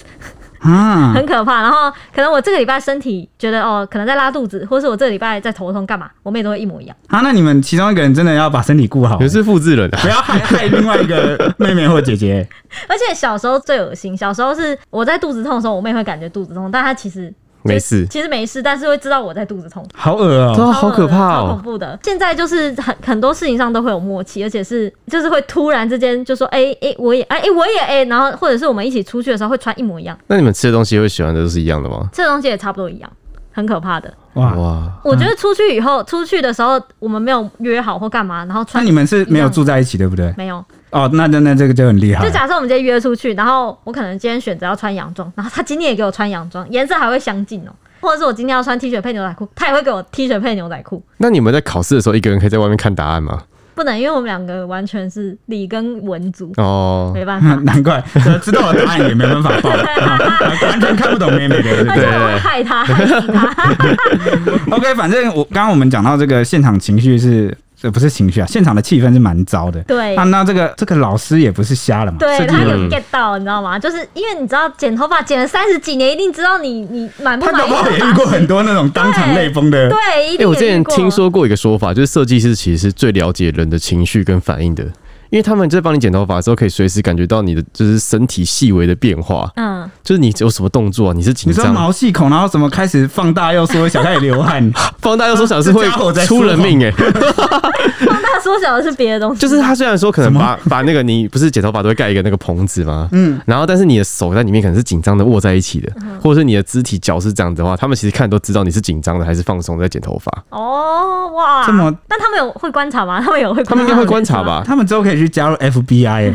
Speaker 1: 啊，
Speaker 2: 很可怕。然后可能我这个礼拜身体觉得哦，可能在拉肚子，或是我这个礼拜在头痛，干嘛，我们也都会一模一样。
Speaker 1: 啊，那你们其中一个人真的要把身体顾好
Speaker 3: 你，是复制人啊？
Speaker 1: 不要害害另外一个妹妹或姐姐。
Speaker 2: 而且小时候最恶心，小时候是我在肚子痛的时候，我妹会感觉肚子痛，但她其实
Speaker 3: 没事
Speaker 2: 其实没事，但是会知道我在肚子痛。
Speaker 1: 好恶哦、
Speaker 3: 对啊，好可怕
Speaker 2: 超恐
Speaker 3: 哦。
Speaker 2: 怖的。现在就是很很多事情上都会有默契，而且是就是会突然之间就说，哎、哎、我也哎、哎我也哎、然后或者是我们一起出去的时候会穿一模一样，
Speaker 3: 那你们吃的东西会喜欢的都是一样的吗？
Speaker 2: 这东西也差不多一样。很可怕的，
Speaker 1: 哇！
Speaker 3: 哇，
Speaker 2: 我觉得出去以后，出去的时候我们没有约好或干嘛，然后
Speaker 1: 那
Speaker 2: 穿
Speaker 1: 你们是没有住在一起，对不对？
Speaker 2: 没有，
Speaker 1: 哦，那那那这个就很厉害
Speaker 2: 就。假设我们今天约出去，然后我可能今天选择要穿洋装，然后他今天也给我穿洋装，颜色还会相近哦，或者是我今天要穿 T 恤配牛仔裤，他也会给我 T 恤配牛仔裤，
Speaker 3: 那你们在考试的时候，一个人可以在外面看答案吗？
Speaker 2: 不能，因为我们两个完全是理跟文族，
Speaker 3: 哦，
Speaker 2: 没办法，
Speaker 1: 难怪知道了答案也没办法 报，啊完全看不懂妹妹的，对不
Speaker 2: 而
Speaker 1: 对
Speaker 2: 且？我会害他，害死他。
Speaker 1: OK，反正我刚刚我们讲到这个现场情绪是，这不是情绪啊，现场的气氛是蛮糟的。
Speaker 2: 对
Speaker 1: 啊，那这个这个老师也不是瞎了嘛，
Speaker 2: 对
Speaker 1: 设计
Speaker 2: 他有
Speaker 1: 人
Speaker 2: get 到，你知道吗？就是因为你知道剪头发剪了三十几年，一定知道你你满不
Speaker 1: 他
Speaker 2: 满
Speaker 1: 搞
Speaker 2: 意
Speaker 1: 不好也
Speaker 2: 的
Speaker 1: 遇
Speaker 2: 发
Speaker 1: 过
Speaker 2: 型。
Speaker 1: 很多那种当场泪崩的。
Speaker 2: 对，一
Speaker 3: 哎、
Speaker 2: 定
Speaker 3: 我之
Speaker 2: 有遇
Speaker 3: 前
Speaker 2: 过
Speaker 3: 听说过一个说法，就是设计师其实是最了解人的情绪跟反应的，因为他们在帮你剪头发的时候，可以随时感觉到你的就是身体细微的变化，
Speaker 2: 嗯，
Speaker 3: 就是你有什么动作、啊，你是紧
Speaker 1: 你说
Speaker 3: 张，
Speaker 1: 毛细孔，然后怎么开始放大又缩小，开始流 汗，
Speaker 3: 放大又缩小是会
Speaker 1: 这家伙在
Speaker 3: 出人命哎、
Speaker 2: 放大缩小的是别的东西，
Speaker 3: 就是他虽然说可能把把那个你不是剪头发都会盖一个那个棚子吗？嗯，然后但是你的手在里面可能是紧张的握在一起的，
Speaker 2: 嗯
Speaker 3: 或者是你的肢体脚是这样的话，他们其实看都知道你是紧张的还是放松在剪头发，
Speaker 1: 嗯
Speaker 2: 哦哇，
Speaker 1: 这么
Speaker 2: 那他们有会观察吗？他们有会，
Speaker 3: 他们应该会观察？ 吧？
Speaker 1: 他们之后可以去加入 FBI，耶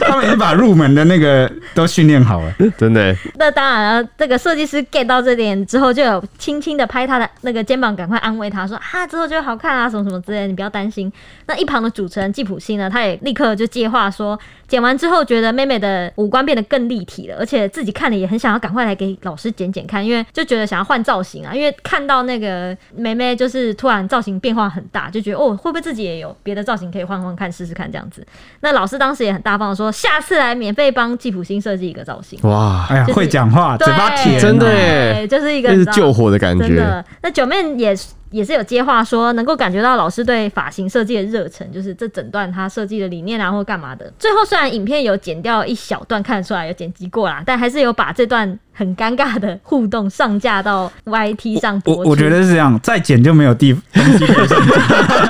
Speaker 1: 他们已经把入门的那个都训练好了。
Speaker 3: 真的、欸，
Speaker 2: 那当然了，这个设计师 get 到这点之后，就有轻轻的拍他的那个肩膀，赶快安慰他说啊，之后就会好看啊，什么什么之类的，你不要担心。那一旁的主持人季普星呢，他也立刻就接话说，剪完之后觉得妹妹的五官变得更立体了，而且自己看了也很想要赶快来给老师剪剪看，因为就觉得想要换造型啊，因为看到那个妹妹就是突然造型变化很大，就觉得哦，会不会自己也有别的造型可以换换看，试试看这样子。那老师当时也很大方的说，下次来免费帮季普星设计一个造型。
Speaker 3: 哇，
Speaker 1: 哎呀，
Speaker 2: 就是
Speaker 1: 会讲话，嘴巴
Speaker 2: 对
Speaker 1: 甜啊，
Speaker 3: 真的欸
Speaker 2: 对，就是一个
Speaker 3: 那
Speaker 2: 你
Speaker 3: 是
Speaker 2: 知道
Speaker 3: 救火的感
Speaker 2: 真
Speaker 3: 觉。
Speaker 2: 的。那九妹也是也是有接话说，能够感觉到老师对发型设计的热忱，就是这整段他设计的理念啊，或干嘛的。最后虽然影片有剪掉一小段，看得出来有剪辑过啦，但还是有把这段很尴尬的互动上架到 YT 上播
Speaker 1: 我
Speaker 2: 出
Speaker 1: 我觉得是这样，再剪就没有地东西可以上 讲，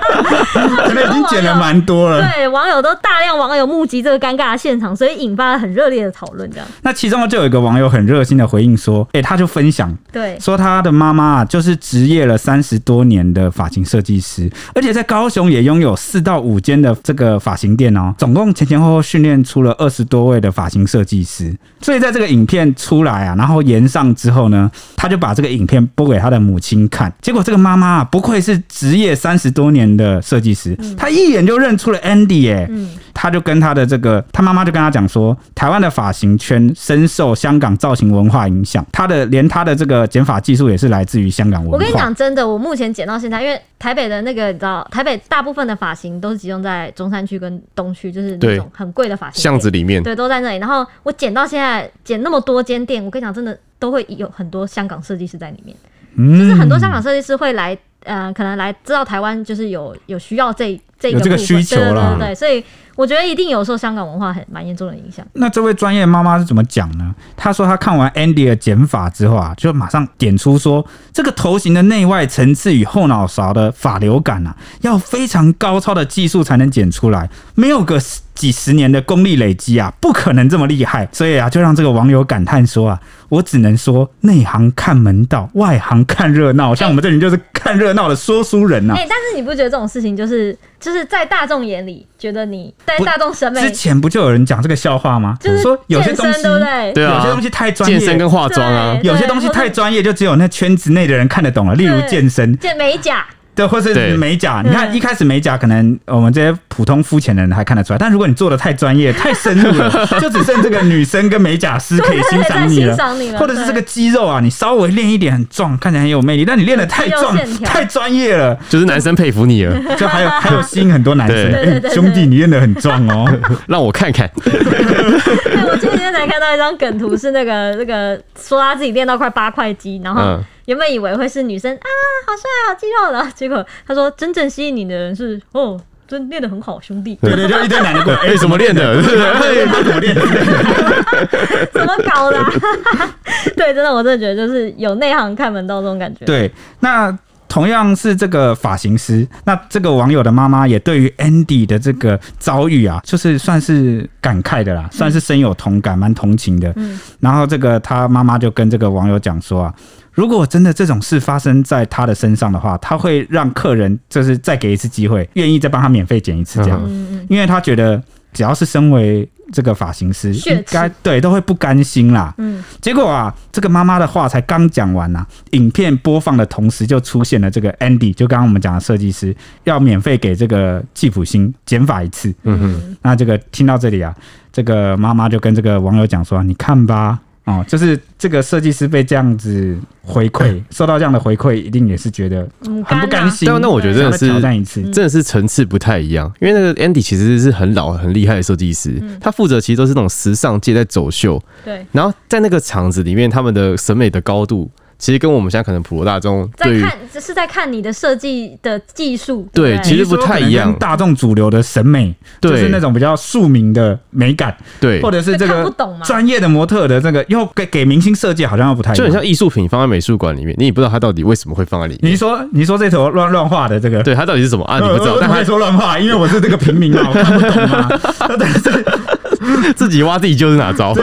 Speaker 1: 可能已经剪了蛮多了。
Speaker 2: 对网友都大量网友目击这个尴尬的现场，所以引发了很热烈的讨论。这样
Speaker 1: 那其中就有一个网友很热心的回应说：“诶，他就分享
Speaker 2: 对，
Speaker 1: 说他的妈妈啊，就是职业了三十多年的发型设计师，而且在高雄也拥有四到五间的这个发型店哦，总共前前后后训练出了二十多位的发型设计师。所以在这个影片出来啊，然后延上之后呢，他就把这个影片播给他的母亲看，结果这个妈妈啊，不愧是职业三十多年的设计师，她一眼就认出了 Andy 耶、
Speaker 2: 嗯，
Speaker 1: 他就跟他的这个，他妈妈就跟他讲说，台湾的发型圈深受香港造型文化影响，他的连他的这个剪发技术也是来自于香港文化。
Speaker 2: 我跟你讲真的，我目前剪到现在，因为台北的那个你知道，台北大部分的发型都是集中在中山区跟东区，就是那
Speaker 3: 对
Speaker 2: 种很贵的发型店
Speaker 3: 巷子里面，
Speaker 1: 啊
Speaker 2: 对，都在那里。然后我剪到现在，剪那么多间店，我跟你讲，真的都会有很多香港设计师在里面，
Speaker 1: 嗯，
Speaker 2: 就是很多香港设计师会来。呃，可能来知道台湾就是有有需要这这
Speaker 1: 有
Speaker 2: 个
Speaker 1: 这个
Speaker 2: 部分
Speaker 1: 需求
Speaker 2: 对对
Speaker 1: 啦
Speaker 2: 对对，所以我觉得一定有受香港文化很蛮严重的影响。
Speaker 1: 那这位专业妈妈是怎么讲呢？她说她看完 Andy 的减法之后啊，就马上点出说，这个头型的内外层次与后脑勺的发流感啊，要非常高超的技术才能剪出来，没有个十几十年的功力累积啊，不可能这么厉害。所以啊，就让这个网友感叹说啊，我只能说内行看门道，外行看热闹，像我们这人就是看热闹的说书人呐、啊
Speaker 2: 哎、但是你不觉得这种事情就是就是在大众眼里觉得你在
Speaker 1: 不
Speaker 2: 大众审美
Speaker 1: 之前不就有人讲这个笑话吗？
Speaker 2: 就是
Speaker 1: 说有些
Speaker 2: 健
Speaker 1: 东
Speaker 2: 身
Speaker 1: 西，
Speaker 2: 对不对？
Speaker 3: 对啊
Speaker 1: 有些东西太专业，
Speaker 3: 健身跟化妆啊
Speaker 2: 对，
Speaker 1: 有些东西太专业，就只有那圈子内的人看得懂了。例如
Speaker 2: 对
Speaker 1: 健身，
Speaker 2: 健美甲，
Speaker 1: 对，或是
Speaker 3: 对
Speaker 1: 美甲。
Speaker 2: 对
Speaker 1: 你看一开始美甲，可能呃我们这些普通肤浅的人还看得出来，但如果你做的太专业、太深入 了，就只剩这个女生跟美甲师可以欣赏你
Speaker 2: 对对对
Speaker 1: 了
Speaker 2: 欣。赏你了，
Speaker 1: 或者是这个
Speaker 2: 对
Speaker 1: 肌肉啊，你稍微练一点很壮，看起来很有魅力，但你练的太壮
Speaker 2: 肌肉线、条
Speaker 1: 太专业了，
Speaker 3: 就是男生佩服你了，
Speaker 1: 就还有还有吸引很多男生。
Speaker 3: 对
Speaker 2: 对对
Speaker 1: 哎
Speaker 2: 对
Speaker 1: 兄弟，你练的很壮 哦。
Speaker 3: 让我看看。
Speaker 2: 对我前几天才看到一张梗图，是那个那个说他自己练到快八块肌，然后
Speaker 3: 嗯，
Speaker 2: 原本以为会是女生啊，好帅好肌肉，然后结果他说真正吸引你的人是哦，真练得很好，兄 弟，
Speaker 1: 对对，就一堆男的过来，哎
Speaker 3: 哎，怎么练的？
Speaker 1: 哎他怎么练的？
Speaker 2: 怎么搞的啊、 对，真的，我真的觉得就是有内行看门道这种感觉。
Speaker 1: 对，那同样是这个发型师，那这个网友的妈妈也对于 Andy 的这个遭遇啊，就是算是感慨的啦，算是深有同感，蛮同情的。
Speaker 2: 嗯
Speaker 1: 然后这个他妈妈就跟这个网友讲说啊。如果真的这种事发生在他的身上的话，他会让客人就是再给一次机会，愿意再帮他免费剪一次这样，
Speaker 3: 嗯
Speaker 2: 嗯嗯
Speaker 1: 因为他觉得只要是身为这个发型师，
Speaker 2: 血
Speaker 1: 应该
Speaker 2: 耻
Speaker 1: 对都会不甘心啦。
Speaker 2: 嗯，
Speaker 1: 结果啊，这个妈妈的话才刚讲完呐、影片播放的同时就出现了这个 Andy，就刚刚我们讲的设计师要免费给这个季普星减法一次。
Speaker 3: 嗯哼，
Speaker 1: 那这个听到这里啊，这个妈妈就跟这个网友讲说：“你看吧，哦，就是这个设计师被这样子回 馈，受到这样的回馈，一定也是觉得
Speaker 2: 嗯
Speaker 1: 很不甘。心。
Speaker 3: 对啊那我觉得真的是
Speaker 1: 想要挑战一次，
Speaker 3: 真的是层次不太一样，因为那个 Andy 其实是很老很厉害的设计师，
Speaker 2: 嗯
Speaker 3: 他负责其实都是那种时尚界在走秀，
Speaker 2: 对，
Speaker 3: 然后在那个场子里面，他们的审美的高度，其实跟我们现在可能普罗大众
Speaker 2: 在
Speaker 3: 对于
Speaker 2: 看这是在看你的设计的技术。
Speaker 3: 对
Speaker 2: 不
Speaker 3: 其实不太
Speaker 1: 你
Speaker 3: 一样
Speaker 1: 是说可能跟大众主流的审美，
Speaker 3: 对
Speaker 1: 就是那种比较庶民的美感。”
Speaker 3: 对
Speaker 1: 或，者是这
Speaker 2: 就看
Speaker 1: 个
Speaker 2: 不懂嘛
Speaker 1: 专业的模特的这个，又给给明星设计好像又不太一
Speaker 3: 就很
Speaker 1: 样。
Speaker 3: 像艺术品放在美术馆里面，你也不知道它到底为什么会放在里面，
Speaker 1: 你说你说这头乱乱画的这个，
Speaker 3: 对它到底是什么啊？
Speaker 1: 呃，
Speaker 3: 你不知道
Speaker 1: 我，
Speaker 3: 但
Speaker 1: 不会
Speaker 3: 它
Speaker 1: 说乱画，因为我是这个平民 嘛，我看不懂嘛。但是
Speaker 3: 自己挖自己就是 哪招？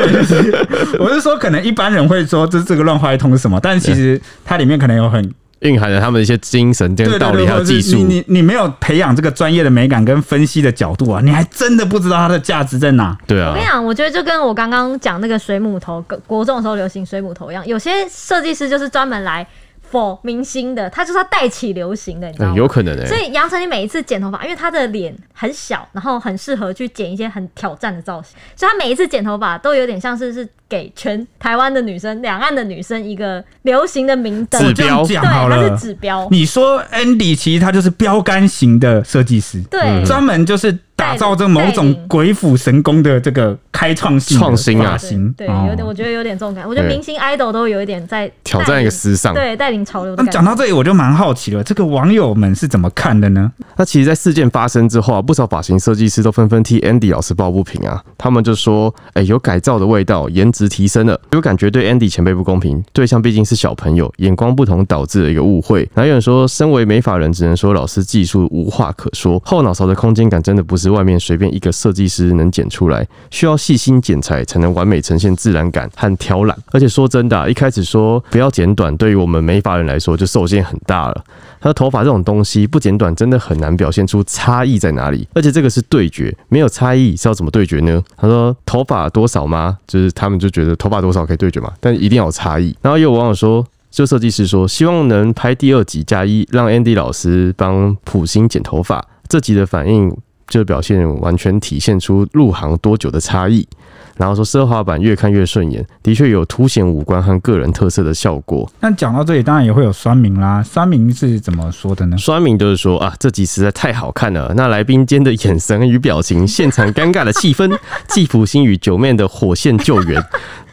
Speaker 1: 我是说，可能一般人会说这这个乱画一通是什么，但其实它里面可能有很
Speaker 3: 蕴含了他们的一些精神
Speaker 1: 对
Speaker 3: 跟
Speaker 1: 对
Speaker 3: 道
Speaker 1: 对，
Speaker 3: 理还
Speaker 1: 或
Speaker 3: 有
Speaker 1: 者是
Speaker 3: 技术。
Speaker 1: 你你你没有培养这个专业的美感跟分析的角度啊，你还真的不知道它的价值在哪。
Speaker 3: 对
Speaker 2: 我
Speaker 3: 啊
Speaker 2: 跟，你讲，我觉得就跟我刚刚讲那个水母头，国国中的时候流行水母头一样，有些设计师就是专门来 for 明星的，他就是要带起流行的，你知道
Speaker 3: 嗯
Speaker 2: 吗？
Speaker 3: 有可能哎、
Speaker 2: 所以杨丞琳每一次剪头发，因为她的脸很小，然后很适合去剪一些很挑战的造型，所以她每一次剪头发都有点像是是给全台湾的女生、两岸的女生一个流行的明灯，
Speaker 3: 指
Speaker 1: 我这样
Speaker 3: 标
Speaker 1: 讲
Speaker 2: 对，
Speaker 1: 好
Speaker 2: 它是
Speaker 1: 了。
Speaker 2: 指标，
Speaker 1: 你说 Andy 其实他就是标杆型的设计师，
Speaker 3: 嗯
Speaker 2: 对，
Speaker 1: 专门就是打造这某种鬼斧神工的这个开创性的
Speaker 3: 创新啊
Speaker 1: 发型
Speaker 2: 对，对有点，
Speaker 1: 哦
Speaker 2: 我觉得有点这种感觉，我觉得
Speaker 3: 对
Speaker 2: 明星 idol 都有一点在
Speaker 3: 挑战一个时
Speaker 2: 带
Speaker 3: 尚
Speaker 2: 领，。对，带领潮流的
Speaker 1: 那
Speaker 2: 感觉。
Speaker 1: 讲到这里，我就蛮好奇了，这个网友们是怎么看的呢？
Speaker 3: 那其实，在事件发生之后啊，不少发型设计师都纷纷替 Andy 老师抱不平啊。他们就说：“哎、有改造的味道，颜值提升了。”有感觉对 Andy 前辈不公平，对象毕竟是小朋友，眼光不同导致了一个误会。然后有人说，身为美发人，只能说老师技术无话可说，后脑勺的空间感真的不是外面随便一个设计师能剪出来，需要细心剪裁才能完美呈现自然感和挑染。而且说真的啊、一开始说不要剪短，对于我们美发人来说就受限很大了。他的头发这种东西不剪短，真的很难表现出差异在哪里。而且这个是对决，没有差异是要怎么对决呢？他说头发多少吗？就是他们就觉得头发多少可以对决嘛，但一定要有差异。然后也有网友说。就设计师说，希望能拍第二集加一，让 Andy 老师帮普星剪头发。这集的反应就表现完全体现出入行多久的差异。然后说奢华版越看越顺眼，的确有凸显五官和个人特色的效果。
Speaker 1: 那讲到这里，当然也会有酸民啦，酸民是怎么说的呢？
Speaker 3: 刷明就是说啊，这集实在太好看了，那来宾间的眼 神与表情，现场尴尬的气氛，季福星与九面的火线救援。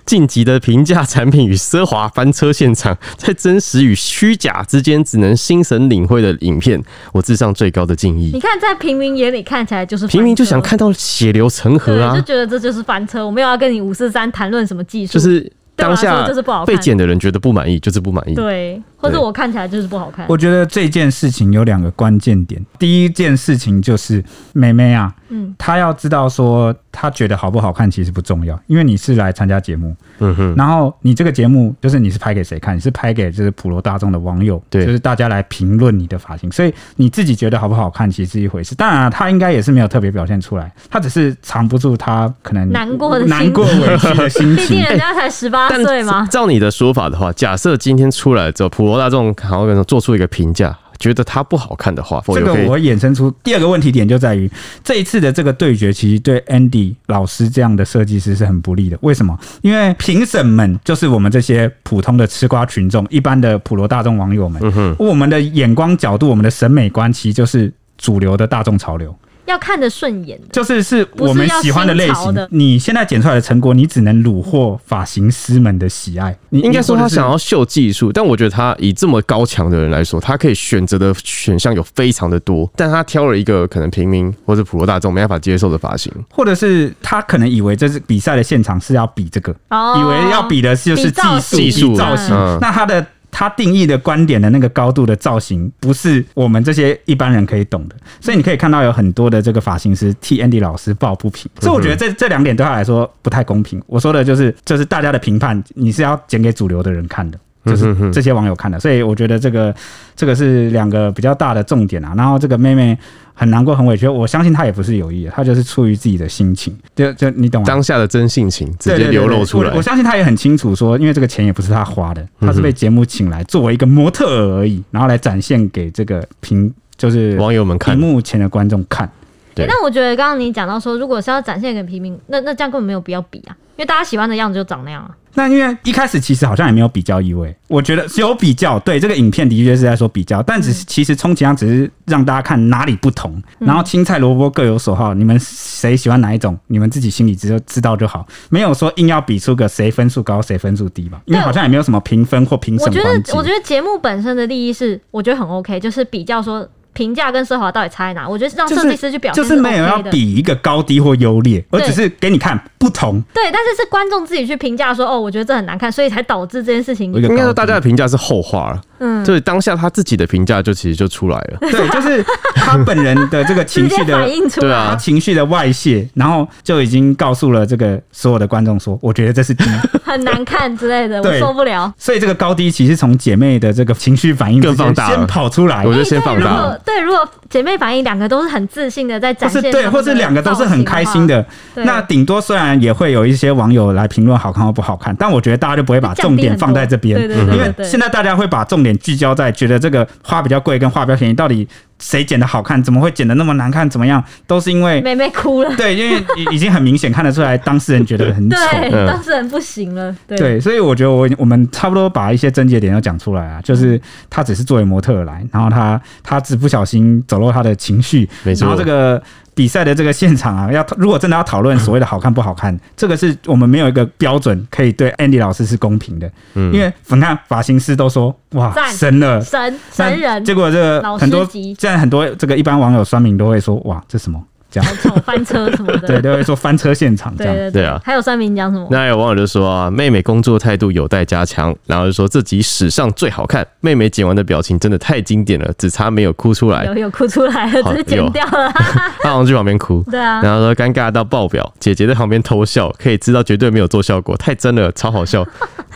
Speaker 3: 晋级的平价产品与奢华翻车现场，在真实与虚假之间只能心神领会的影片，我致上最高的敬
Speaker 2: 你
Speaker 3: 意。
Speaker 2: 看，在平民眼里看起来就是翻车
Speaker 3: 平民就想看到血流成河
Speaker 2: 对，
Speaker 3: 啊
Speaker 2: 就，觉得这就是翻车。我没有要跟你五四三谈论什么技术，
Speaker 3: 就是
Speaker 2: 对我
Speaker 3: 当
Speaker 2: 来说
Speaker 3: 下
Speaker 2: 就是不好看
Speaker 3: 被剪的人觉得不满意，就是不满意。
Speaker 2: 对，或者
Speaker 3: 对
Speaker 2: 我看起来就是不好看。
Speaker 1: 我觉得这件事情有两个关键点，第一件事情就是妹妹啊，
Speaker 2: 嗯，
Speaker 1: 她要知道说她觉得好不好看其实不重要，因为你是来参加节目，
Speaker 3: 嗯哼，
Speaker 1: 然后你这个节目就是你是拍给谁看？你是拍给就是普罗大众的网友，
Speaker 3: 对
Speaker 1: 就是大家来评论你的发型，所以你自己觉得好不好看其实是一回事。当然、啊，他应该也是没有特别表现出来，他只是藏不住他可能
Speaker 2: 难过的心情
Speaker 1: 难过委屈的心
Speaker 2: 毕竟
Speaker 1: 情。
Speaker 2: 人家才十八
Speaker 3: 但
Speaker 2: 岁嘛。
Speaker 3: 照你的说法的话，假设今天出来之后，普罗大众好像跟你做出一个评价，觉得它不好看的话，
Speaker 1: 这个
Speaker 3: 我也可以
Speaker 1: 我会衍生出第二个问题点，就在于这一次的这个对决，其实对 Andy 老师这样的设计师是很不利的。为什么？因为评审们就是我们这些普通的吃瓜群众，一般的普罗大众网友
Speaker 3: 嗯
Speaker 1: 们，我们的眼光角度，我们的审美观，其实就是主流的大众潮流。
Speaker 3: 嗯
Speaker 2: 要看着顺眼的，
Speaker 1: 就是是我们喜欢的类
Speaker 2: 不是要新潮
Speaker 1: 型
Speaker 2: 的。
Speaker 1: 你现在剪出来的成果，你只能虏获发型师们的喜爱。你
Speaker 3: 应该说他想
Speaker 1: 要
Speaker 3: 要秀技术，但我觉得他以这么高强的人来说，他可以选择的选项有非常的多，但他挑了一个可能平民或者普罗大众没办法接受的发型。
Speaker 1: 或者是他可能以为这是比赛的现场是要比这个，
Speaker 2: 哦
Speaker 1: 以为要比的是就是技术、
Speaker 3: 比造型
Speaker 1: 比造型
Speaker 3: 嗯。
Speaker 1: 那他的他定义的观点的那个高度的造型，不是我们这些一般人可以懂的。所以你可以看到有很多的这个发型师替 Andy 老师抱不平，所以我觉得这这两点对他来说不太公平。我说的就是就是大家的评判，你是要剪给主流的人看的。就是这些网友看的，所以我觉得这个这个是两个比较大的重点啊。然后这个妹妹很难过，很委屈，我相信她也不是有意的，她就是出于自己的心情，就就你懂吗？
Speaker 3: 当下的真性情直
Speaker 1: 对对
Speaker 3: 接
Speaker 1: 对
Speaker 3: 流露出
Speaker 1: 对
Speaker 3: 来嗯
Speaker 1: 我我。相信他也很清楚说，因为这个钱也不是他花的，他是被节目请来作为一个模特儿而已，然后来展现给这个屏就是
Speaker 3: 网友们看
Speaker 1: 屏，幕前的观众看。
Speaker 3: 对
Speaker 2: 诶但我觉得刚刚你讲到说，如果是要展现给平民，那那这样根本没有必要比啊，因为大家喜欢的样子就长那样啊。
Speaker 1: 那因为一开始其实好像也没有比较意味，我觉得只有比较。对，这个影片的确是在说比较，但只是其实充其量只是让大家看哪里不
Speaker 3: 嗯
Speaker 1: 同，然后青菜萝卜各有所好，你们谁喜欢哪一种，你们自己心里知知道就好，没有说硬要比出个谁分数高谁分数低吧，因为
Speaker 2: 对
Speaker 1: 好像也没有什么评分或评
Speaker 2: 我
Speaker 1: 审
Speaker 2: 觉
Speaker 1: 环
Speaker 2: 得，
Speaker 1: 节
Speaker 2: 我。觉得节目本身的利益是，我觉得很 OK，就是比较说评价跟奢华到底差在哪，我觉得让啊设计师去表现
Speaker 1: 就是没有要
Speaker 2: OK 的。
Speaker 1: 比一个高低或优劣，而
Speaker 2: 对
Speaker 1: 只是给你看不 同。
Speaker 2: 对，但是是观众自己去评价说，哦，我觉得这很难看，所以才导致这件事情。
Speaker 1: 有一个
Speaker 3: 应该
Speaker 1: 高
Speaker 3: 说
Speaker 1: 低
Speaker 3: 大家的评价是后话了，
Speaker 2: 嗯，
Speaker 3: 所以当下他自己的评价就其实就出来了。
Speaker 1: 对，就是他本人的这个
Speaker 2: 直
Speaker 1: 情
Speaker 2: 接
Speaker 1: 绪的
Speaker 2: 反。映出
Speaker 3: 对
Speaker 2: 来。
Speaker 1: 他
Speaker 3: 啊
Speaker 1: 情绪的外泄，然后就已经告诉了这个所有的观众说，我觉得这是低，
Speaker 2: 很难看之类的，我
Speaker 1: 对
Speaker 2: 受不了。
Speaker 1: 所以这个高低其实从姐妹的这个情绪反应
Speaker 3: 更
Speaker 1: 之间
Speaker 3: 放大了
Speaker 1: 先跑出来
Speaker 3: 我，觉得先放
Speaker 2: 如
Speaker 3: 大
Speaker 2: 果，对，如果姐妹反应两个都是很自信的在
Speaker 1: 或
Speaker 2: 展
Speaker 1: 是
Speaker 2: 现，
Speaker 1: 对，或是两个都是很开心，的。
Speaker 2: 对
Speaker 1: 那顶多虽然也会有一些网友来评论好看或不好看，但我觉得大家就不会把
Speaker 2: 就降
Speaker 1: 重
Speaker 2: 低
Speaker 1: 点
Speaker 2: 很多
Speaker 1: 放在这边，
Speaker 2: 对对对
Speaker 1: 因为
Speaker 2: 对
Speaker 1: 现在大家会把重点聚焦在觉得这个花比较贵跟花比较便宜，到底谁剪的好看，怎么会剪的那么难看，怎么样，都是因为
Speaker 2: 妹妹哭了，
Speaker 1: 对，因为已已经很明显看得出来，当事人觉得很丑。
Speaker 2: 对，
Speaker 3: 嗯
Speaker 2: 当事人不行了，对，
Speaker 1: 对，所以我觉得我我们差不多把一些症结点都讲出来啊，就是他只是作为模特儿来，然后他他只不小心走漏他的情绪，
Speaker 3: 没错
Speaker 1: 然后这个比赛的这个现场啊，要如果真的要讨论所谓的好看不好看，这个是我们没有一个标准可以对 Andy 老师是公平的，因为你看发型师都说哇
Speaker 2: 赞
Speaker 1: 神了。
Speaker 2: 神
Speaker 1: 但
Speaker 2: 神人
Speaker 1: 结果这个
Speaker 2: 老
Speaker 1: 很多
Speaker 2: 师级
Speaker 1: 现在很多这个一般网友酸民都会说哇这什么这样，
Speaker 2: 好丑，翻车什么 的，
Speaker 1: 对，都会说翻车现场这
Speaker 2: 对
Speaker 1: 样。
Speaker 2: 对
Speaker 3: 对啊
Speaker 2: 还有三明讲什么？
Speaker 3: 那有网友就说啊，妹妹工作态度有待加强，然后就说这集史上最好看，妹妹剪完的表情真的太经典了，只差没有哭出来
Speaker 1: 哎
Speaker 2: 有。有哭出来了，
Speaker 3: 好
Speaker 2: 只是剪掉了，啊
Speaker 3: 她好像去旁边哭，
Speaker 2: 对啊，
Speaker 3: 然后说尴尬到爆表，姐姐在旁边偷笑，可以知道绝对没有做效果，太真了，超好笑。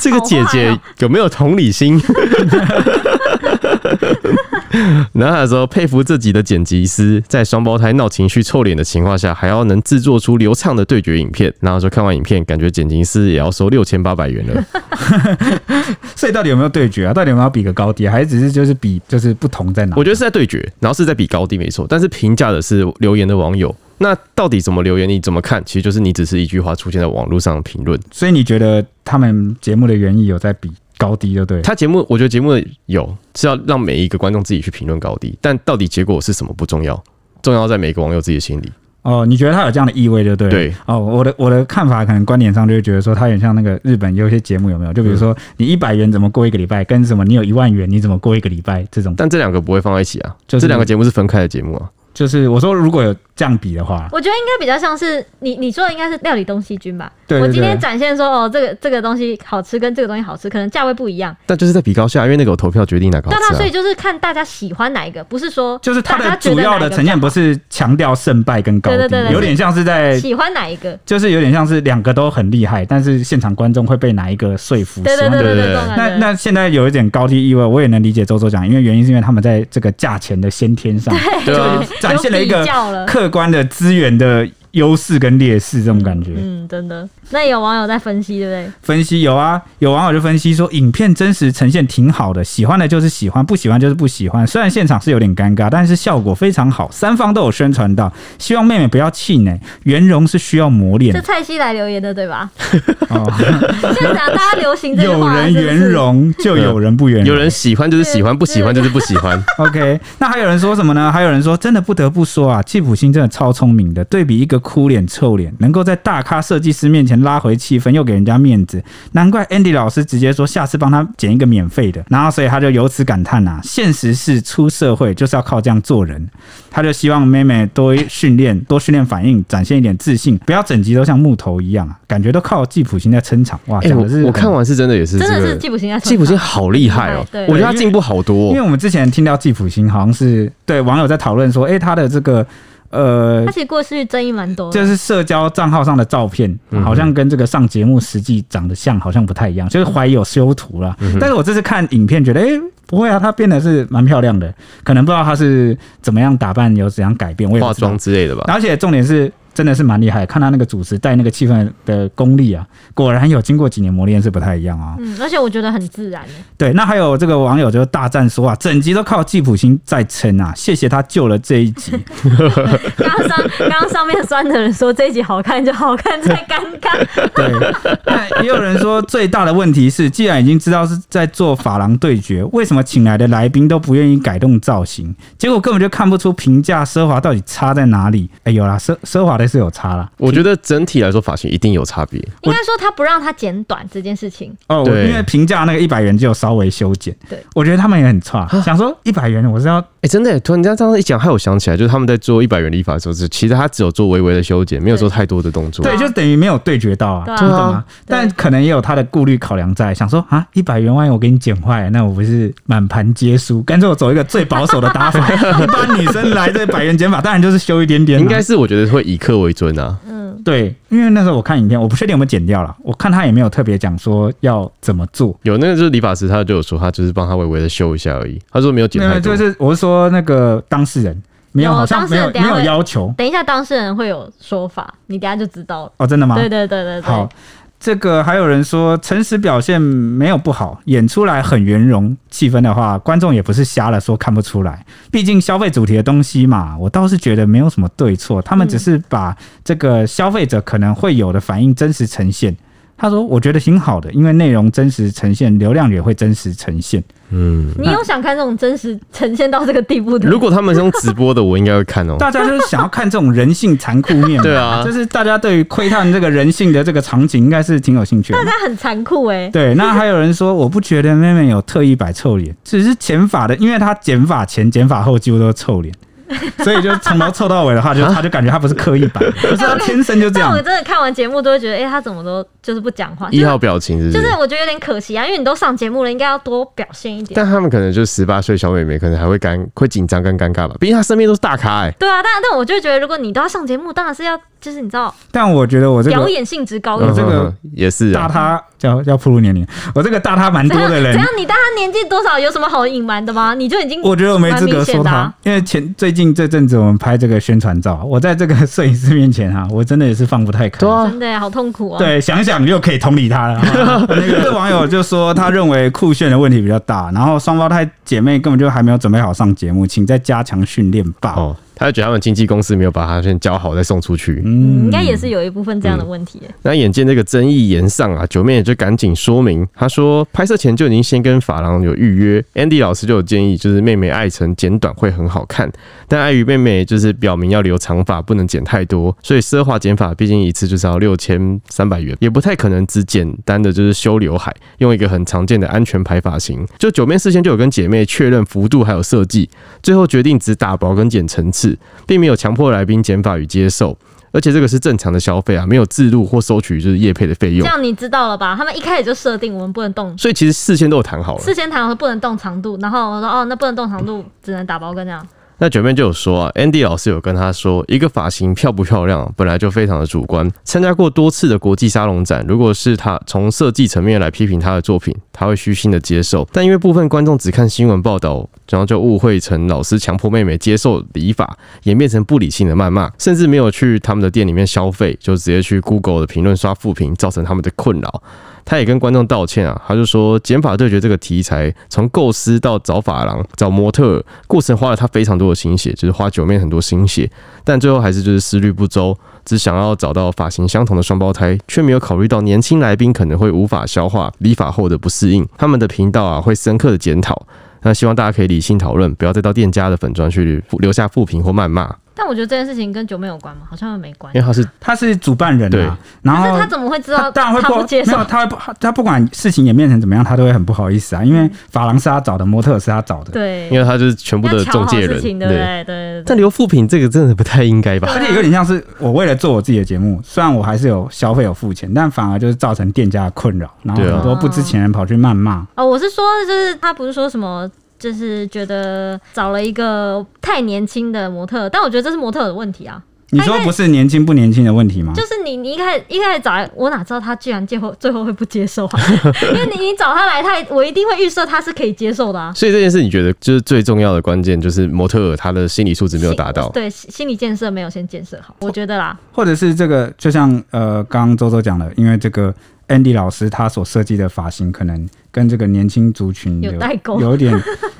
Speaker 3: 这个姐姐有没有同理心？ 然后他说佩服自己的剪辑师，在双胞胎闹情绪、臭脸的情况下，还要能制作出流畅的对决影片。然后说看完影片，感觉剪辑师也要收六千八百元了。
Speaker 1: 所以到底有没有对决啊？到底有没有比个高低、啊，还是只是就是比就是不同在哪？
Speaker 3: 我觉得是在对决，然后是在比高低没错，但是评价的是留言的网友。那到底怎么留言？你怎么看？其实就是你只是一句话出现在网络上的评论。
Speaker 1: 所以你觉得他们节目的原意有在比高低，就对了。
Speaker 3: 他节目，我觉得节目有是要让每一个观众自己去评论高低，但到底结果是什么不重要，重要在每个网友自己的心里。
Speaker 1: 哦，你觉得它有这样的意味就对了。
Speaker 3: 对。
Speaker 1: 哦，我的我的看法可能观点上就会觉得说，它有点像那个日本有一些节目有没有？就比如说你一百元怎么过一个礼拜，跟什么你有一万元你怎么过一个礼拜这种。
Speaker 3: 但这两个不会放在一起啊，
Speaker 1: 就是
Speaker 3: 这两个节目是分开的节目啊。
Speaker 1: 就是我说如果有这样比的话，
Speaker 2: 我觉得应该比较像是你你说的应该是料理东西君吧。
Speaker 1: 对对
Speaker 2: 我今
Speaker 1: 对
Speaker 2: 天展现说哦，这个这个东西好吃跟这个东西好吃，可能价位不一样，
Speaker 3: 但就是在比高下，因为那个有投票决定哪个
Speaker 2: 对
Speaker 3: 好
Speaker 2: 啊，
Speaker 3: 吃
Speaker 2: 所以
Speaker 3: 啊。
Speaker 2: 就是看大家喜欢哪一个，不是说
Speaker 1: 就是它
Speaker 2: 大
Speaker 1: 的
Speaker 2: 家觉得
Speaker 1: 主要
Speaker 2: 哪一
Speaker 1: 的
Speaker 2: 个
Speaker 1: 呈现不
Speaker 2: 比
Speaker 1: 是强调胜败跟高低，
Speaker 2: 对对对对
Speaker 1: 有点像是
Speaker 2: 较好
Speaker 1: 在。
Speaker 2: 喜欢哪一个，
Speaker 1: 就是有点像是两个都很厉害，但是现场观众会被哪一个说服？
Speaker 2: 对对
Speaker 1: 喜欢
Speaker 2: 对
Speaker 1: 的
Speaker 2: 对
Speaker 3: 对
Speaker 2: 对
Speaker 3: 对
Speaker 2: 懂了，
Speaker 1: 那
Speaker 2: 对
Speaker 1: 那现在有一点高低意味，我也能理解周周讲，因为原因是因为他们在这个价钱的先天上，
Speaker 3: 对啊，
Speaker 1: 就展现了一
Speaker 2: 有
Speaker 1: 个
Speaker 2: 比较了
Speaker 1: 客观的资源的优势跟劣势这种感觉。
Speaker 2: 嗯，真的。那有网友在分析，对不对？
Speaker 1: 分析有啊，有网友就分析说，影片真实呈现挺好的，喜欢的就是喜欢，不喜欢就是不喜欢。虽然现场是有点尴尬，但是效果非常好，三方都有宣传到。希望妹妹不要气馁，圆融是需要磨练
Speaker 2: 这
Speaker 1: 的。
Speaker 2: 蔡西来留言的，对吧？
Speaker 1: 哦、
Speaker 2: 现在大家流行这 句
Speaker 1: 有
Speaker 2: 话，
Speaker 1: 人
Speaker 2: 是不
Speaker 1: 圆
Speaker 2: 是
Speaker 1: 融，就有人不圆
Speaker 2: 啊
Speaker 1: 融。
Speaker 3: 有人喜欢就是喜欢，不喜欢就是不喜欢。
Speaker 1: OK，那还有人说什么呢？还有人说，真的不得不说啊，吉普星真的超聪明的，对比一个哭脸臭脸，能够在大咖设计师面前拉回气氛，又给人家面子，难怪 Andy 老师直接说下次帮他剪一个免费的。然后，所以他就由此感叹啊，现实是出社会就是要靠这样做人。他就希望妹妹多训练，多训练反应，展现一点自信，不要整集都像木头一样啊，感觉都靠吉普星在撑场。哇，
Speaker 3: 哎、
Speaker 1: 讲
Speaker 3: 我
Speaker 1: 的是
Speaker 3: 我看完是真的也是这
Speaker 2: 真的
Speaker 3: 个
Speaker 2: 是，吉普星在
Speaker 3: 吉普星好厉害哦、
Speaker 2: 对
Speaker 3: 我觉得他进步好多、
Speaker 1: 因为
Speaker 3: 哦。
Speaker 1: 我们之前听到季普星好像是对网友在讨论说，诶，他的这个呃
Speaker 2: 他，其实过去争议蛮多的，
Speaker 1: 就是社交账号上的照片，
Speaker 3: 嗯
Speaker 1: 好像跟这个上节目实际长得像，好像不太一样，就是怀疑有修图啦。
Speaker 3: 嗯
Speaker 1: 但是我这次看影片觉得，诶，不会啊，她变得是蛮漂亮的，可能不知道她是怎么样打扮，有怎样改变，我也不
Speaker 3: 化
Speaker 1: 知道
Speaker 3: 妆之类的吧，
Speaker 1: 而且重点是，真的是蛮厉害，看她那个主持带那个气氛的功力啊，果然有经过几年磨练是不太一样啊、
Speaker 2: 嗯，而且我觉得很自然耶。欸
Speaker 1: 对，那还有这个网友就大赞说啊，整集都靠吉普星在撑啊，谢谢他救了这一集。
Speaker 2: 刚刚上刚刚上面酸的人说这一集好看就好看，再尴 尬。
Speaker 1: 对，那也有人说最大的问题是，既然已经知道是在做法郎对决，为什么请来的来宾都不愿意改动造型？结果根本就看不出评价奢华到底差在哪里。哎、有啦，奢奢华的是有差啦。
Speaker 3: 我觉得整体来说发型一定有差别。
Speaker 2: 应该说他不让他剪短这件事情，
Speaker 1: 哦，我
Speaker 3: 对
Speaker 1: 因为评价那个一百元就有稍微修剪。
Speaker 2: 对，
Speaker 1: 我觉得他们也很差，想说一百元我是要
Speaker 3: 哎、真的耶，突然间这样一讲，害我想起来，就是他们在做一百元理发的时候，是其实他只有做微微的修剪，没有做太多的动作。
Speaker 1: 对，就等于没有对决到啊，
Speaker 2: 对啊
Speaker 1: 你懂吗？
Speaker 2: 对
Speaker 1: 但可能也有他的顾虑考量在，想说啊，一百元万一我给你捡坏，那我不是满盘皆输？干脆我走一个最保守的打法， 一般女生来这百元减法，当然就是修一点点、啊，
Speaker 3: 应该是我觉得会以客为尊啊。
Speaker 2: 嗯，
Speaker 1: 对，因为那时候我看影片，我不确定有没有剪掉了，我看他也没有特别讲说要怎么做。
Speaker 3: 有那个就是理发师，他就有说他就是帮他微微的修一下而已，他说没有剪
Speaker 1: 没
Speaker 3: 太
Speaker 1: 有，
Speaker 3: 多。
Speaker 1: 就是我是说那个当事人没有，
Speaker 2: 有
Speaker 1: 好像
Speaker 2: 当
Speaker 1: 没
Speaker 2: 事人
Speaker 1: 有
Speaker 2: 等
Speaker 1: 没
Speaker 2: 下
Speaker 1: 有
Speaker 2: 会
Speaker 1: 要求
Speaker 2: 等一下当事人会有说法，你等一下就知道了。
Speaker 1: 哦，真的吗？
Speaker 2: 对对对对对，
Speaker 1: 好，这个还有人说诚实表现没有不好，演出来很圆融，气氛的话，观众也不是瞎了说看不出来。毕竟消费主题的东西嘛，我倒是觉得没有什么对错，他们只是把这个消费者可能会有的反应真实呈 现。他说：“我觉得挺好的，因为内容真实呈现，流量也会真实呈现。
Speaker 3: 嗯，
Speaker 2: 你有想看这种真实呈现到这个地步的？
Speaker 3: 如果他们是用直播的，我应该会 看哦、
Speaker 1: 大家就是想要看这种人性残酷面嘛，
Speaker 3: 对啊
Speaker 1: 就是大家对于窥探这个人性的这个场景，应该是挺有兴趣的。
Speaker 2: 大家很残酷哎、
Speaker 1: 对，那还有人说，我不觉得妹妹有特意摆臭脸， 只是剪发的，因为她剪发前、剪发后几乎都是臭 脸，所以就从头臭到尾的话，就她就感觉她不是刻意 摆，就是她天生就这
Speaker 2: 但
Speaker 1: 样
Speaker 2: 我。真的看完节目都会觉得，哎、他怎么都就是不讲话，就
Speaker 3: 一
Speaker 2: 是
Speaker 3: 号表情是不
Speaker 2: 就是我觉得有点可惜啊，因为你都上节目了，应该要多表现一点。
Speaker 3: 但他们可能就十八岁小妹妹，可能还会尴会紧张跟尴尬吧，毕竟她身边都是大咖哎、
Speaker 2: 对啊，但但我就觉得，如果你都要上节目，当然是要就是你知道
Speaker 1: 但我觉得我这
Speaker 2: 表
Speaker 1: 个
Speaker 2: 演啊性质高一
Speaker 1: 我哦
Speaker 2: 点。
Speaker 1: 这个
Speaker 3: 嗯也是
Speaker 1: 大
Speaker 3: 啊，
Speaker 1: 她叫要步入年龄，我这个大她蛮
Speaker 2: 怎
Speaker 1: 多
Speaker 2: 样
Speaker 1: 的
Speaker 2: 怎
Speaker 1: 人
Speaker 2: 样，？你大他年纪多少，有什么好隐瞒的吗？你就已经
Speaker 1: 我觉得我没资格说
Speaker 2: 蛮明显的
Speaker 1: 她
Speaker 2: 啊，
Speaker 1: 因为前最近这阵子我们拍这个宣传照，我在这个摄影师面前啊，我真的也是放不太开。
Speaker 3: 对啊，
Speaker 2: 真的耶好痛苦哦。，
Speaker 1: 对，想想就可以同理他 了。好吧那个网友就说，他认为酷炫的问题比较大，然后双胞胎姐妹根本就还没有准备好上节目，请再加强训练吧。
Speaker 3: 哦，他就觉得他们经纪公司没有把他先教好再送出去。
Speaker 2: 嗯，应该也是有一部分这样的问题耶。
Speaker 1: 嗯
Speaker 3: 那眼见这个争议延上啊，九妹也就赶紧说明，她说拍摄前就已经先跟法郎有预约，Andy 老师就有建议，就是妹妹爱晨剪短会很好看，但碍于妹妹就是表明要留长发，不能剪太多，所以奢华剪法毕竟一次就是要六千三百元，也不太可能只简单的就是修刘海，用一个很常见的安全牌发型。就九妹事先就有跟姐妹确认幅度还有设计，最后决定只打薄跟剪层次，并没有强迫来宾剪法与接受。而且这个是正常的消费啊，没有自录或收取就是业配的费
Speaker 2: 这
Speaker 3: 用，
Speaker 2: 样你知道了吧？他们一开始就设定我们不能动，
Speaker 3: 所以其实事先都有谈好了。
Speaker 2: 事先谈好说不能动长度，然后我说哦，那不能动长度，只能打包跟这样。
Speaker 3: 那九妹就有说啊，Andy 老师有跟他说，一个发型漂不漂亮本来就非常的主观。参加过多次的国际沙龙展，如果是他从设计层面来批评他的作品，他会虚心的接受。但因为部分观众只看新闻报道，然后就误会成老师强迫妹妹接受理发，演变成不理性的谩骂，甚至没有去他们的店里面消费，就直接去 Google 的评论刷负评，造成他们的困扰。他也跟观众道歉啊，他就说《减法对决》这个题材，从构思到找发廊、找模特儿，过程花了他非常多的心血，就是花九妹很多心血，但最后还是就是思虑不周，只想要找到发型相同的双胞胎，却没有考虑到年轻来宾可能会无法消化理发后的不适应。他们的频道啊会深刻的检讨，那希望大家可以理性讨论，不要再到店家的粉砖去留下负评或谩骂，
Speaker 2: 但我觉得这件事情跟九妹有关吗？好像没关
Speaker 3: 因。为他是
Speaker 1: 他是主办人
Speaker 3: 对
Speaker 1: 啊，然
Speaker 2: 可
Speaker 1: 后
Speaker 2: 是他怎么会知
Speaker 1: 他
Speaker 2: 道？
Speaker 1: 当然会
Speaker 2: 他
Speaker 1: 不
Speaker 2: 不接
Speaker 1: 没
Speaker 2: 受
Speaker 1: 有，他会不他不管事情演变成怎么样，他都会很不好意思啊，因为法郎是他找的，模特是他找的，
Speaker 2: 对，啊
Speaker 3: 因为他就是全部的
Speaker 2: 要
Speaker 3: 中
Speaker 2: 瞧好
Speaker 3: 介
Speaker 2: 事
Speaker 3: 人，
Speaker 2: 情，对不对？对对对。
Speaker 3: 但留负评这个真的不太应该吧？
Speaker 1: 而且有点像是我为了做我自己的节目，虽然我还是有消费有付钱，但反而就是造成店家的困扰，然后
Speaker 3: 对啊
Speaker 1: 很多不知情人跑去谩骂。
Speaker 2: 哦，我是说，就是他不是说什么。就是觉得找了一个太年轻的模特，但我觉得这是模特的问题啊。
Speaker 1: 你说不是年轻不年轻的问题吗？
Speaker 2: 就是你，你一开始一开始找来，我哪知道他居然最后最后会不 接受啊？因为你你找他来，他也我一定会预设他是可以接受的啊。
Speaker 3: 所以这件事，你觉得就是最重要的关键，就是模特儿他的心理素质没有达到
Speaker 2: 心。对心心理建设没有先建设好，我觉得啦，
Speaker 1: 或者是这个，就像呃，刚刚周周讲的，因为这个 Andy 老师他所设计的发型，可能跟这个年轻族群
Speaker 2: 有代沟
Speaker 1: 有 点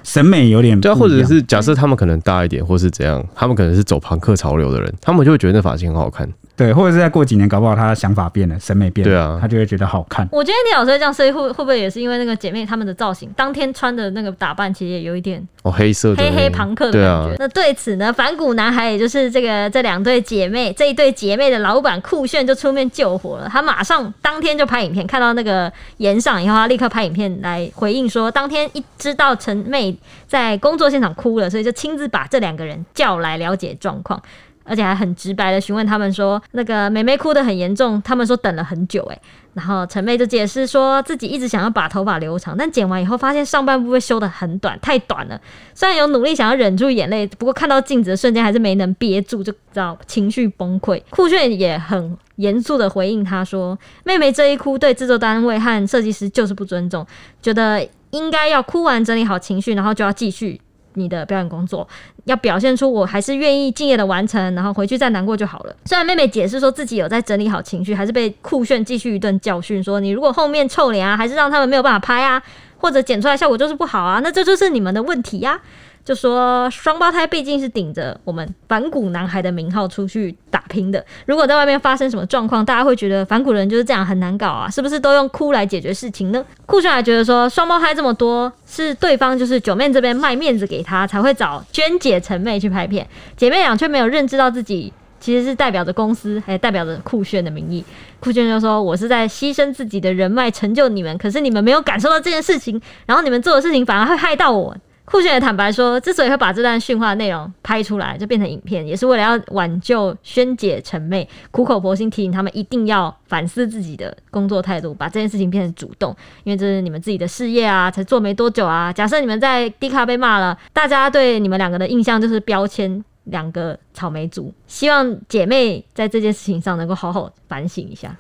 Speaker 1: 审美有点不一
Speaker 3: 对啊，
Speaker 1: 样，
Speaker 3: 或者是假设他们可能大一点，或是怎样，他们可能是走朋克潮流的人，他们就会觉得那发型很好看。
Speaker 1: 对，或者是再过几年，搞不好他的想法变了，审美变了，
Speaker 3: 对啊
Speaker 1: 他就会觉得好看。
Speaker 2: 我觉得你老师这样设计会会不会也是因为那个姐妹她们的造型，当天穿的那个打扮其实也有一点
Speaker 3: 哦，黑色的
Speaker 2: 黑黑朋克的
Speaker 3: 对
Speaker 2: 感
Speaker 3: 啊
Speaker 2: 觉。，那对此呢，反骨男孩也就是这个这两对姐妹这一对姐妹的老板酷炫就出面救火了。他马上当天就拍影片，看到那个岩上以后，他立刻拍影片来回应说，当天一知道陈妹在工作现场哭了，所以就亲自把这两个人叫来了解状况。而且还很直白的询问他们说，那个妹妹哭得很严重，他们说等了很久、欸，然后陈妹就解释说自己一直想要把头发留长，但剪完以后发现上半部被修得很短，太短了。虽然有努力想要忍住眼泪，不过看到镜子的瞬间还是没能憋住，就知道情绪崩溃。酷炫也很严肃的回应他说：“妹妹这一哭对制作单位和设计师就是不尊重，觉得应该要哭完整理好情绪，然后就要继续。”你的表演工作要表现出我还是愿意敬业的完成，然后回去再难过就好了。虽然妹妹解释说自己有在整理好情绪，还是被酷炫继续一顿教训，说你如果后面臭脸啊，还是让他们没有办法拍啊，或者剪出来效果就是不好啊，那这就是你们的问题呀、啊就说双胞胎毕竟是顶着我们反骨男孩的名号出去打拼的，如果在外面发生什么状况，大家会觉得反骨人就是这样很难搞啊，是不是都用哭来解决事情呢？酷炫还啊觉得说双胞胎这么多，是对方就是九妹这边卖面子给他，才会找娟姐、陈妹去拍片，姐妹俩却没有认知到自己。其实是代表着公司，还代表着酷炫的名义。酷炫就说：“我是在牺牲自己的人脉成就你们，可是你们没有感受到这件事情，然后你们做的事情反而会害到我。酷炫也坦白说，之所以会把这段训话内容拍出来，就变成影片，也是为了要挽救萱姐、陈妹，苦口婆心提醒他们一定要反思自己的工作态度，把这件事情变成主动，因为这是你们自己的事业啊，才做没多久啊。假设你们在 D 卡被骂了，大家对你们两个的印象就是标签。两个草莓族，希望姐妹在这件事情上能够好好反省一下。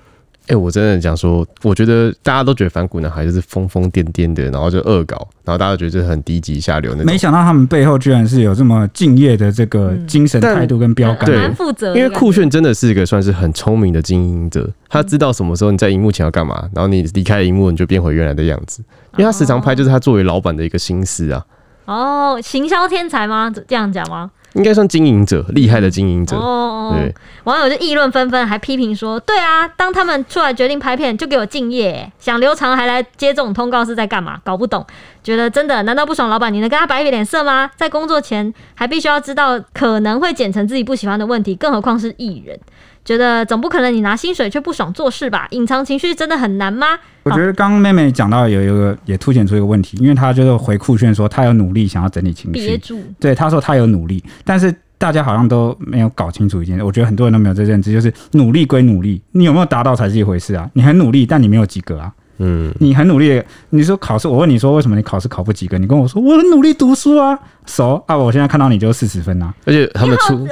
Speaker 3: 哎、我真的讲说，我觉得大家都觉得反骨男孩就是疯疯癫癫的，然后就恶搞，然后大家都觉得就是很低级下流那种
Speaker 1: 没。想到他们背后居然是有这么敬业的这
Speaker 2: 嗯
Speaker 1: 个精神态度跟标杆。
Speaker 3: 对
Speaker 2: 蛮负责的感
Speaker 3: 因
Speaker 2: 觉，
Speaker 3: 为酷炫真的是一个算是很聪明的经营者，他知道什么时候你在荧幕前要干嘛，然后你离开荧幕你就变回原来的样子。因为他时常拍就是他作为老板的一个心思啊，
Speaker 2: 哦，行销天才吗？这样讲吗？
Speaker 3: 应该算经营者，厉害的经营者。
Speaker 2: 哦
Speaker 3: 对，
Speaker 2: 网友就议论纷纷，还批评说：“对啊，当他们出来决定拍片，就给我敬业，想留长还来接这种通告是在干嘛？搞不懂，觉得真的，难道不爽老板你能跟他摆一脸色吗？在工作前还必须要知道可能会剪成自己不喜欢的问题，更何况是艺人。”觉得总不可能你拿薪水却不爽做事吧？隐藏情绪真的很难吗？
Speaker 1: 我觉得刚刚妹妹讲到有一个也凸显出一个问题，因为她就是回酷炫说她有努力想要整理情
Speaker 2: 憋
Speaker 1: 绪，
Speaker 2: 住，
Speaker 1: 对，她说她有努力，但是大家好像都没有搞清楚一件事，我觉得很多人都没有这认知，就是努力归努力，你有没有达到才是一回事啊，你很努力，但你没有及格啊。
Speaker 3: 嗯，
Speaker 1: 你很努力，你说考试，我问你说为什么你考试考不及格，你跟我说我很努力读书啊，熟啊，我现在看到你就四十分啊，
Speaker 3: 而且他
Speaker 2: 你
Speaker 3: 们
Speaker 2: 好哇，
Speaker 3: 出。
Speaker 2: 你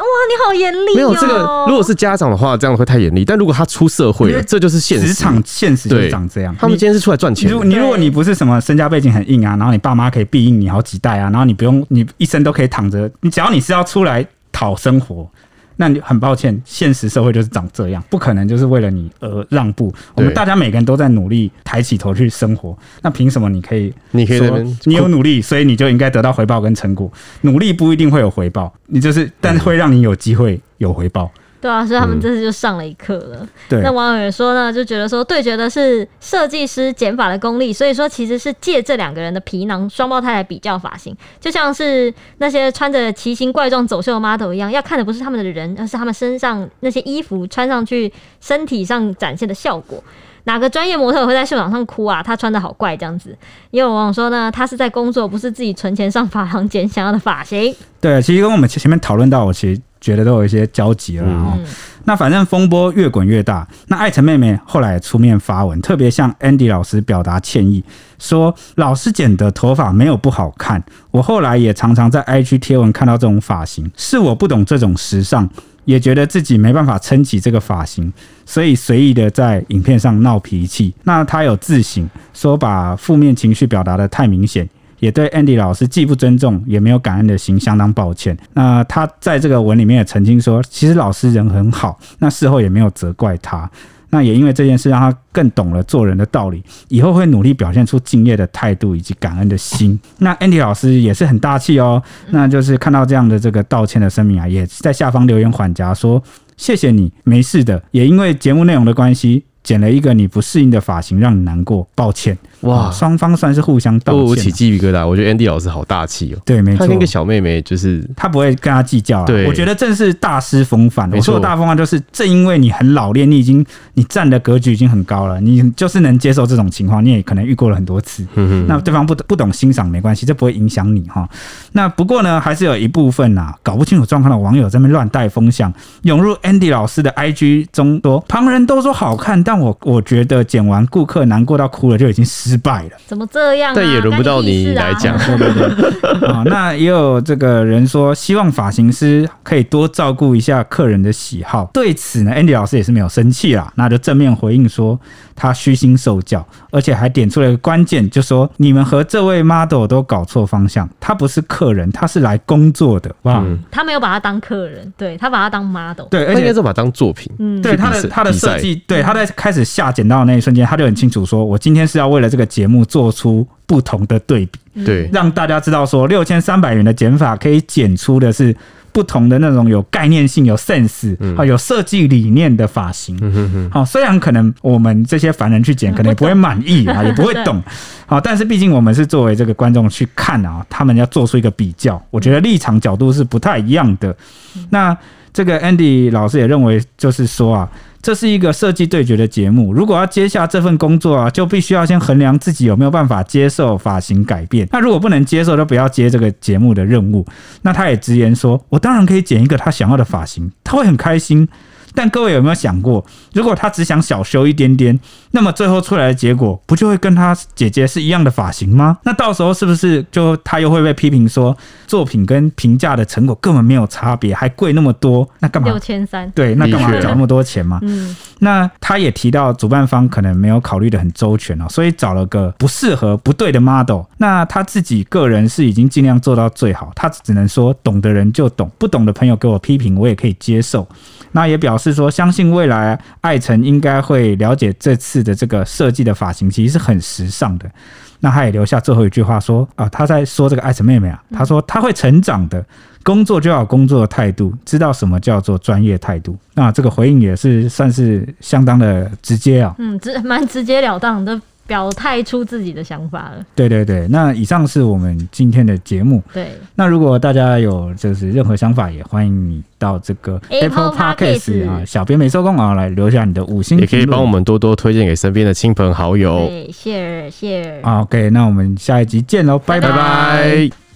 Speaker 2: 好严厉、哦。
Speaker 3: 没有这个，如果是家长的话，这样会太严厉。但如果他出社会
Speaker 1: 因
Speaker 3: 了，
Speaker 1: 为
Speaker 3: 这就是现
Speaker 1: 职
Speaker 3: 实。
Speaker 1: 场现实就是
Speaker 3: 对
Speaker 1: 长这样。
Speaker 3: 他们今天是出来赚
Speaker 1: 你
Speaker 3: 钱的
Speaker 1: 如，你如果你不是什么身家背景很硬啊，然后你爸妈可以庇应你好几代啊，然后你不用你一生都可以躺着，你只要你是要出来讨生活，那你很抱歉，现实社会就是长这样，不可能就是为了你而让步。我们
Speaker 3: 对
Speaker 1: 大家每个人都在努力抬起头去生活，那凭什么你可以
Speaker 3: 你可以在那
Speaker 1: 说
Speaker 3: 边
Speaker 1: 你有努力，所以你就应该得到回报跟成果？努力不一定会有回报，你就是但会让你有机会有回报。
Speaker 2: 对啊，所以他
Speaker 3: 嗯
Speaker 2: 们这次就上了一课了。
Speaker 1: 对
Speaker 2: 那，网友也说呢，就觉得说对决的是设计师剪发的功力，所以说其实是借这两个人的皮囊，双胞胎来比较发型，就像是那些穿着奇形怪状走秀的 model 一样，要看的不是他们的人，而是他们身上那些衣服穿上去身体上展现的效果。哪个专业模特会在秀场上哭啊？他穿的好怪这样子。也有网友说呢，他是在工作，不是自己存钱上发廊剪想要的发型。
Speaker 1: 对，其实跟我们前前面讨论到，我其实觉得都有一些交集了啊、哦。
Speaker 2: 嗯，
Speaker 1: 那反正风波越滚越大，那艾辰妹妹后来也出面发文，特别向 Andy 老师表达歉意，说老师剪的头发没有不好看，我后来也常常在 IG 贴文看到这种发型，是我不懂这种时尚，也觉得自己没办法撑起这个发型，所以随意的在影片上闹脾气。那他有自省，说把负面情绪表达的太明显，也对 Andy 老师既不尊重也没有感恩的心相当抱歉。那他在这个文里面也曾经说，其实老师人很好，那事后也没有责怪他。那也因为这件事，让他更懂了做人的道理，以后会努力表现出敬业的态度以及感恩的心。那 Andy 老师也是很大气哦，那就是看到这样的这个道歉的声明啊，也在下方留言缓颊说：“谢谢你，没事的。也因为节目内容的关系，剪了一个你不适应的发型，让你难过，抱歉。”
Speaker 3: 哇
Speaker 1: 啊，双方算是互相道
Speaker 3: 都我
Speaker 1: 歉
Speaker 3: 起
Speaker 1: 啊、
Speaker 3: 鸡皮疙瘩。我觉得 Andy 老师好大气哦，
Speaker 1: 对，没
Speaker 3: 他
Speaker 1: 错
Speaker 3: 跟一，个小妹妹就是
Speaker 1: 他不会跟他计较啊。
Speaker 3: 对
Speaker 1: 我觉得正是大师风范。
Speaker 3: 没
Speaker 1: 我
Speaker 3: 错
Speaker 1: 说的大风范就是，正因为你很老练，你已经你站的格局已经很高了，你就是能接受这种情况，你也可能遇过了很多次。
Speaker 3: 嗯
Speaker 1: 那对方不不懂欣赏没关系，这不会影响你哈。那不过呢，还是有一部分啊搞不清楚状况的网友在那边乱带风向，涌入 Andy 老师的 IG 中说，旁人都说好看，但我我觉得剪完顾客难过到哭了就已经失败了。
Speaker 2: 怎么这样、啊？
Speaker 3: 但也轮不到你
Speaker 2: 干
Speaker 3: 来
Speaker 2: 屁事啊
Speaker 3: 讲。
Speaker 1: 对对 对，啊，那也有这个人说，希望发型师可以多照顾一下客人的喜好。对此呢，Andy 老师也是没有生气啦，那就正面回应说他虚心受教，而且还点出了一个关键，就说你们和这位 model 都搞错方向，他不是客人，他是来工作的。哇，
Speaker 3: 嗯，
Speaker 2: 他没有把他当客人，对他把他当 model。
Speaker 1: 对，而
Speaker 3: 他应该
Speaker 1: 且
Speaker 3: 是把它当作品。
Speaker 2: 嗯，
Speaker 1: 对
Speaker 3: 去
Speaker 1: 他
Speaker 3: 比
Speaker 1: 的
Speaker 3: 赛
Speaker 1: 他的
Speaker 3: 比赛
Speaker 1: 设计，对他在开始下剪刀的那一瞬间，他就很清楚说，我今天是要为了这个节目做出不同的对比。
Speaker 2: 嗯
Speaker 3: 对，
Speaker 1: 让大家知道说，六千三百元的减法可以减出的是不同的那种有概念性、有 sense 啊、有设计理念的发型。
Speaker 3: 嗯哼哼，
Speaker 1: 好、虽然可能我们这些凡人去剪，可能也不会满意啊，也嗯不会懂。好、但是毕竟我们是作为这个观众去看啊，他们要做出一个比较，我觉得立场角度是不太一样的。那这个 Andy 老师也认为，就是说啊，这是一个设计对决的节目，如果要接下这份工作啊，就必须要先衡量自己有没有办法接受发型改变。那如果不能接受，就不要接这个节目的任务。那他也直言说，我当然可以剪一个他想要的发型，他会很开心。但各位有没有想过，如果他只想小修一点点，那么最后出来的结果不就会跟他姐姐是一样的发型吗？那到时候是不是就他又会被批评说作品跟评价的成果根本没有差别，还贵那么多？那干嘛
Speaker 2: 六？千三。
Speaker 1: 对，那干嘛
Speaker 3: 的确
Speaker 1: 缴那么多钱嘛？
Speaker 2: 嗯，
Speaker 1: 那他也提到，主办方可能没有考虑的很周全哦，所以找了个不适合、不对的 model。那他自己个人是已经尽量做到最好，他只能说懂的人就懂，不懂的朋友给我批评，我也可以接受。那也表示说，相信未来艾辰应该会了解这次的这个设计的发型其实是很时尚的。
Speaker 2: 嗯
Speaker 1: 那他也留下最后一句话说啊，他在说这个艾辰妹妹啊，他说她会成长的，工作就要有工作的态度，知道什么叫做专业态度。那这个回应也是算是相当的直接啊、
Speaker 2: 嗯，直蛮直截了当的表态出自己的想法了。
Speaker 1: 对对对，那以上是我们今天的节目。
Speaker 2: 对
Speaker 1: 那如果大家有就是任何想法，也欢迎你到这个
Speaker 2: Apple
Speaker 1: Podcast
Speaker 2: Podcast
Speaker 1: 啊，小编没收工啊，来留下你的五星
Speaker 3: 也
Speaker 1: 评论，
Speaker 3: 可以帮我们多多推荐给身边的亲朋好友。
Speaker 2: 嗯对，谢谢谢。
Speaker 1: 啊。OK，那我们下一集见喽，拜
Speaker 3: 拜
Speaker 1: 拜
Speaker 3: 拜。